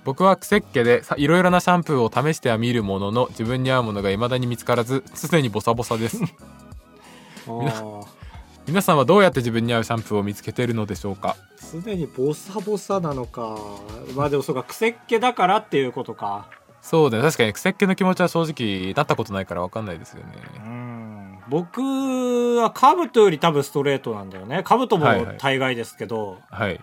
[SPEAKER 2] 僕は癖っ気でさいろいろなシャンプーを試してはみるものの自分に合うものが未だに見つからずすでにボサボサです
[SPEAKER 1] *laughs* あ
[SPEAKER 2] 皆さんはどうやって自分に合うシャンプーを見つけているのでしょうか
[SPEAKER 1] ーすでにボサボサなのかまあでもそうか癖っ気だからっていうことか
[SPEAKER 2] そうだね確かに癖っ気の気持ちは正直なったことないから分かんないですよね
[SPEAKER 1] うん僕はカブトより多分ストレートなんだよねカブトも
[SPEAKER 2] はいはい
[SPEAKER 1] 大概ですけど、
[SPEAKER 2] はい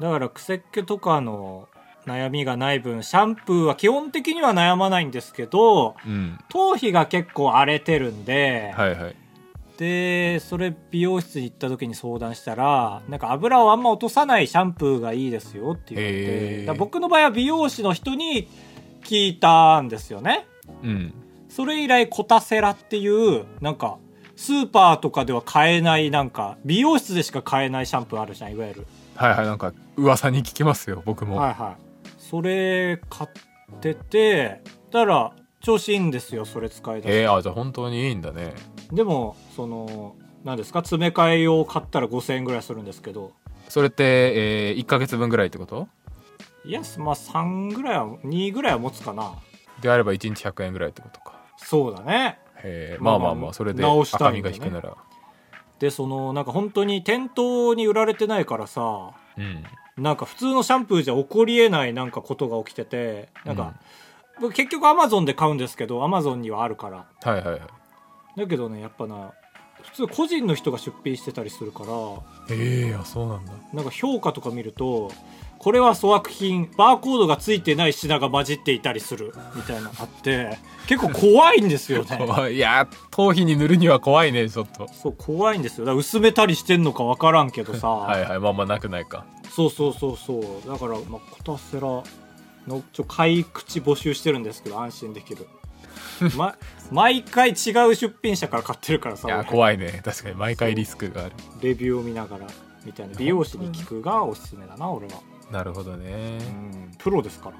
[SPEAKER 1] だから癖っ気とかの悩みがない分シャンプーは基本的には悩まないんですけど
[SPEAKER 2] うん
[SPEAKER 1] 頭皮が結構荒れてるんで、
[SPEAKER 2] はいはい
[SPEAKER 1] でそれ美容室に行った時に相談したらなんか油をあんま落とさないシャンプーがいいですよって言われ
[SPEAKER 2] へ
[SPEAKER 1] て
[SPEAKER 2] ー
[SPEAKER 1] だから僕の場合は美容師の人に聞いたんですよね
[SPEAKER 2] うん
[SPEAKER 1] それ以来コタセラっていうなんかスーパーとかでは買えないなんか美容室でしか買えないシャンプーあるじゃんいわゆる
[SPEAKER 2] はいはいなんか噂に聞きますよ僕も、
[SPEAKER 1] はいはいそれ買っててだから調子いいんですよそれ使いだし
[SPEAKER 2] えー、あじゃあ本当にいいんだね
[SPEAKER 1] でもその何ですか詰め替え用買ったら5000円ぐらいするんですけど
[SPEAKER 2] それって、え1ヶ月分ぐらいってこと
[SPEAKER 1] いやまあ3ぐらいは2ぐらいは持つかな
[SPEAKER 2] であれば1日100円ぐらいってことか
[SPEAKER 1] そうだね
[SPEAKER 2] へえ
[SPEAKER 1] まあ
[SPEAKER 2] まあ
[SPEAKER 1] ま
[SPEAKER 2] ま
[SPEAKER 1] あ
[SPEAKER 2] あまあそれで
[SPEAKER 1] 直した
[SPEAKER 2] 赤
[SPEAKER 1] いん
[SPEAKER 2] み
[SPEAKER 1] だ
[SPEAKER 2] が
[SPEAKER 1] ね
[SPEAKER 2] 引くなら、
[SPEAKER 1] でそのなんか本当に店頭に売られてないからさ
[SPEAKER 2] うん
[SPEAKER 1] なんか普通のシャンプーじゃ起こりえないなんかことが起きててなんか、僕結局アマゾンで買うんですけどアマゾンにはあるから
[SPEAKER 2] はいはいはい
[SPEAKER 1] だけどねやっぱな普通個人の人が出品してたりするから
[SPEAKER 2] ええあそうなんだ
[SPEAKER 1] なんか評価とか見るとこれは粗悪品バーコードがついてない品が混じっていたりするみたいなのあって結構怖いんですよね
[SPEAKER 2] 怖いいやー頭皮に塗るには怖いねちょっと
[SPEAKER 1] そう怖いんですよだから薄めたりしてんのか分からんけどさ、
[SPEAKER 2] はいはいまあまあなくないか
[SPEAKER 1] そうそうそうそうだから、まあ、コタセラのちょ買い口募集してるんですけど安心できる、 *laughs* ま、毎回違う出品者から買ってるからさ
[SPEAKER 2] いやー
[SPEAKER 1] 俺
[SPEAKER 2] 怖いね確かに毎回リスクがある
[SPEAKER 1] レビューを見ながらみたいな美容師に聞くがおすすめだな俺は、
[SPEAKER 2] なるほどね
[SPEAKER 1] うん、プロですから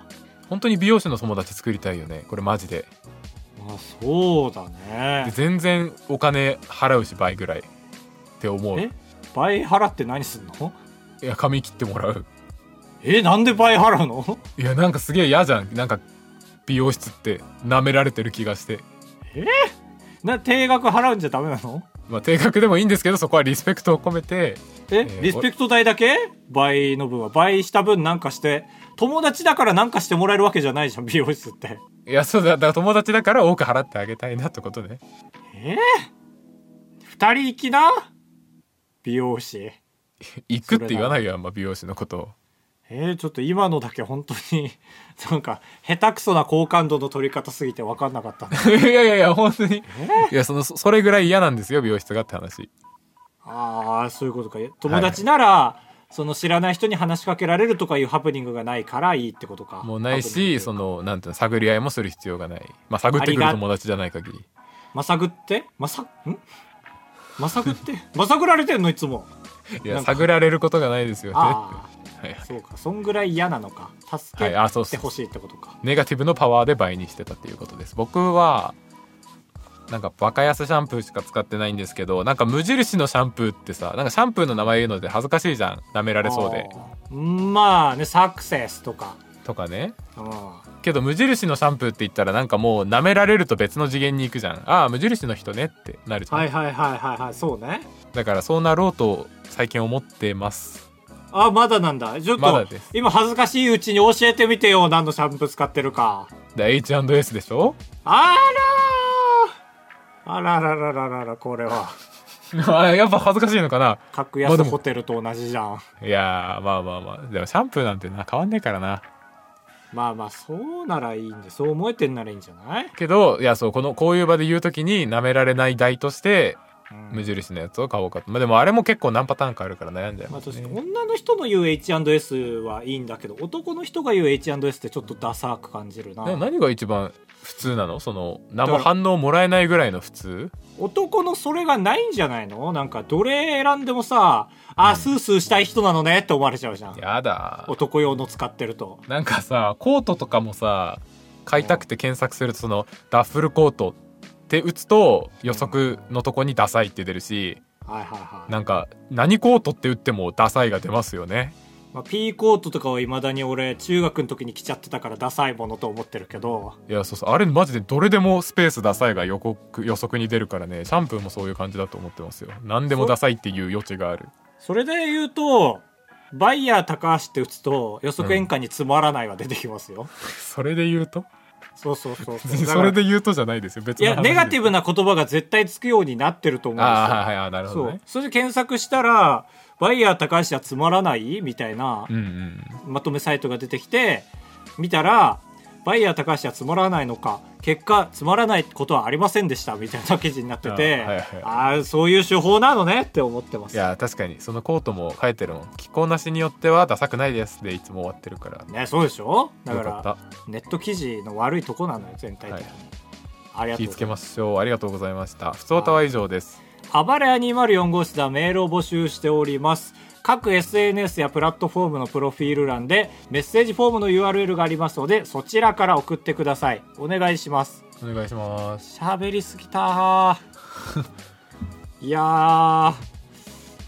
[SPEAKER 2] 本当に美容師の友達作りたいよねこれマジで
[SPEAKER 1] あそうだ
[SPEAKER 2] で
[SPEAKER 1] ね
[SPEAKER 2] 全然お金払うし倍ぐらいって思う
[SPEAKER 1] え倍払って何すんの
[SPEAKER 2] いや髪切ってもらう
[SPEAKER 1] えなんで倍払うの *laughs*
[SPEAKER 2] いやなんかすげえ嫌じゃんなんか美容室って舐められてる気がして
[SPEAKER 1] な定額払うんじゃダメなの
[SPEAKER 2] まあ定額でもいいんですけどそこはリスペクトを込めて
[SPEAKER 1] え
[SPEAKER 2] ー
[SPEAKER 1] リスペクト代だけ倍の分は倍した分なんかして友達だからなんかしてもらえるわけじゃないじゃん *laughs* 美容室って
[SPEAKER 2] いやそうだだから友達だから多く払ってあげたいなってことね
[SPEAKER 1] えー、二人行きな美容師
[SPEAKER 2] 行くって言わないよあんま美容師のことを *laughs*
[SPEAKER 1] えー、ちょっと今のだけ本当に *laughs* なんか下手くそな好感度の取り方すぎて分かんなかったな
[SPEAKER 2] いやいやいや本当にいやそのそそれぐらい嫌なんですよ美容室がって話
[SPEAKER 1] *laughs* ああそういうことか友達ならその知らない人に話しかけられるとかいうハプニングがないからいいってことか
[SPEAKER 2] もうない
[SPEAKER 1] ハプニング
[SPEAKER 2] しそのなんていうの探り合いもする必要がないまあ探ってくる友達じゃない限り
[SPEAKER 1] まさぐってまさんまさぐって *laughs* まさぐられてんのいつ
[SPEAKER 2] *laughs*
[SPEAKER 1] も
[SPEAKER 2] い
[SPEAKER 1] な
[SPEAKER 2] や
[SPEAKER 1] んか
[SPEAKER 2] 探られることがないですよね
[SPEAKER 1] あ
[SPEAKER 2] はい
[SPEAKER 1] あそうかそんぐらい嫌なのか助
[SPEAKER 2] はいあそう
[SPEAKER 1] け
[SPEAKER 2] そ
[SPEAKER 1] て
[SPEAKER 2] う
[SPEAKER 1] ほしいってことか
[SPEAKER 2] ネガティブのパワーで倍にしてたっていうことです僕はなんかバカ安シャンプーしか使ってないんですけどなんか無印のシャンプーってさなんかシャンプーの名前言うので恥ずかしいじゃん舐められそうで
[SPEAKER 1] あーまあねサクセスとか
[SPEAKER 2] とかね
[SPEAKER 1] う
[SPEAKER 2] けど無印のシャンプーって言ったらなんかもう舐められると別の次元に行くじゃんああ無印の人ねってなるじゃ
[SPEAKER 1] ん
[SPEAKER 2] ん、
[SPEAKER 1] はいはいはいはいはいそうね
[SPEAKER 2] だからそうなろうと最近思ってます
[SPEAKER 1] あまだなんだちょっと、
[SPEAKER 2] まだです
[SPEAKER 1] 今恥ずかしいうちに教えてみてよ何のシャンプー使ってるか
[SPEAKER 2] で H&S でしょ
[SPEAKER 1] あらーあららららららこれは
[SPEAKER 2] ああやっぱ恥ずかしいのかな
[SPEAKER 1] 格
[SPEAKER 2] まあで
[SPEAKER 1] 安
[SPEAKER 2] も
[SPEAKER 1] ホテルと同じじゃん
[SPEAKER 2] いやーまあまあまあでもシャンプーなんてな変わんねえからな
[SPEAKER 1] まあまあそうならいいんでそう思えてんならいいんじゃない、
[SPEAKER 2] けどいやそうこのこういう場で言う時に舐められない代として
[SPEAKER 1] うん
[SPEAKER 2] 無印のやつを買おうかと、まあ、でもあれも結構何パターンかあるから悩んじゃい
[SPEAKER 1] まあ
[SPEAKER 2] ます、
[SPEAKER 1] 確か
[SPEAKER 2] ね
[SPEAKER 1] に女の人の言う H&S はいいんだけど男の人が言う H&S ってちょっとダサく感じるな
[SPEAKER 2] でも何が一番普通なのその何も
[SPEAKER 1] だから
[SPEAKER 2] 反応もらえないぐらいの普通
[SPEAKER 1] 男のそれがないんじゃないのなんかどれ選んでもさあスースーしたい人なのねって思われちゃうじゃん
[SPEAKER 2] やだ
[SPEAKER 1] 男用の使ってると
[SPEAKER 2] なんかさコートとかもさ買いたくて検索するとそのダッフルコートって打つと予測のとこにダサいって出るし
[SPEAKER 1] はいはいはい、
[SPEAKER 2] なんか何コートって打ってもダサいが出ますよね
[SPEAKER 1] まあ、P コートとかはいまだに俺中学の時に着ちゃってたからダサいものと思ってるけど
[SPEAKER 2] いやそうそうあれマジでどれでもスペースダサいが予告予測に出るからねシャンプーもそういう感じだと思ってますよ何でもダサいっていう余地がある
[SPEAKER 1] それで言うとバイヤー高橋って打つと予測変換につまらないは出てきますよ、
[SPEAKER 2] それで言うと
[SPEAKER 1] そうそうそうそうだか
[SPEAKER 2] そ
[SPEAKER 1] ら
[SPEAKER 2] れで言うとじゃないですよ別
[SPEAKER 1] い
[SPEAKER 2] の
[SPEAKER 1] や
[SPEAKER 2] 話
[SPEAKER 1] ネガティブ
[SPEAKER 2] な
[SPEAKER 1] な言葉が絶対つくようになってると思うんですよ
[SPEAKER 2] ああはいはいあなるほ
[SPEAKER 1] そ
[SPEAKER 2] ど
[SPEAKER 1] う
[SPEAKER 2] ね
[SPEAKER 1] それで検索したらバイヤー高橋はつまらないみたいな
[SPEAKER 2] うんうん
[SPEAKER 1] まとめサイトが出てきて見たらバイヤー高橋はつまらないのか結果つまらないことはありませんでしたみたいな記事になってて
[SPEAKER 2] あはいはい
[SPEAKER 1] ああそういう手法なのねって思ってま
[SPEAKER 2] い
[SPEAKER 1] す
[SPEAKER 2] や確かにそのコートも書いてるもん着こなしによってはダサくないですでいつも終わってるから
[SPEAKER 1] ねそうでしょだか
[SPEAKER 2] よからっ
[SPEAKER 1] ネット記事の悪いとこなのよ全体的に、
[SPEAKER 2] はい
[SPEAKER 1] ありがとうござ
[SPEAKER 2] た気ぃつけ
[SPEAKER 1] いま
[SPEAKER 2] ますしょうありがとうございました普通歌は以上です
[SPEAKER 1] 暴れ屋204号室ではメールを募集しております各 SNS やプラットフォームのプロフィール欄でメッセージフォームの URL がありますのでそちらから送ってくださいお願いします
[SPEAKER 2] お願いします
[SPEAKER 1] 喋りすぎたー *laughs* いやー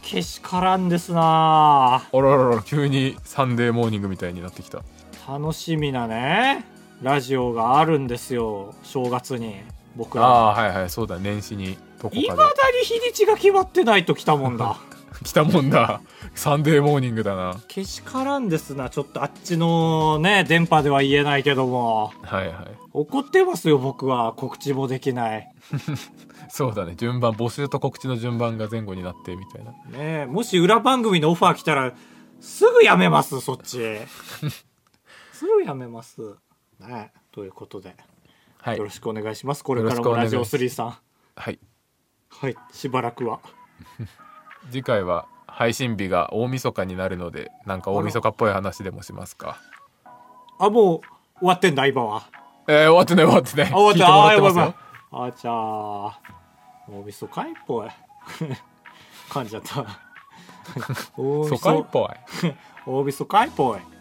[SPEAKER 1] けしからんですな
[SPEAKER 2] あららら急にサンデーモーニングみたいになってきた
[SPEAKER 1] ー楽しみなねラジオがあるんですよ正月に僕ら
[SPEAKER 2] ああーはいはいそうだ年始にどこ
[SPEAKER 1] いま
[SPEAKER 2] か
[SPEAKER 1] だに日にちが決まってないときたもんだ
[SPEAKER 2] で来たもんだサンデーモーニングだな
[SPEAKER 1] けしからんですなちょっとあっちのね電波では言えないけども
[SPEAKER 2] はいはい
[SPEAKER 1] 怒ってますよ僕は告知もできない
[SPEAKER 2] そうだね順番募集と告知の順番が前後になってみたいな
[SPEAKER 1] ねえもし裏番組のオファー来たらすぐやめますそっち
[SPEAKER 2] *laughs*
[SPEAKER 1] すぐやめますねえということで、
[SPEAKER 2] はい
[SPEAKER 1] よろしくお願いしますこれからも
[SPEAKER 2] よろ
[SPEAKER 1] ラ
[SPEAKER 2] し
[SPEAKER 1] ジ
[SPEAKER 2] くお願
[SPEAKER 1] オ
[SPEAKER 2] いします
[SPEAKER 1] 3さん
[SPEAKER 2] はい
[SPEAKER 1] はいしばらくは
[SPEAKER 2] 次回は配信日が大晦日になるのでなんか大晦日っぽい話でもしますか
[SPEAKER 1] あもう終わってんだ今は
[SPEAKER 2] えー、終わってない終わってない
[SPEAKER 1] あ終わっ
[SPEAKER 2] 聞い
[SPEAKER 1] て
[SPEAKER 2] てもらって
[SPEAKER 1] あ
[SPEAKER 2] ます
[SPEAKER 1] やばいや
[SPEAKER 2] よ
[SPEAKER 1] ばいあじゃあ大みそかいっぽい *laughs*
[SPEAKER 2] *laughs*
[SPEAKER 1] 噛んじゃった大
[SPEAKER 2] 疎開っぽい
[SPEAKER 1] 大みそかいっぽい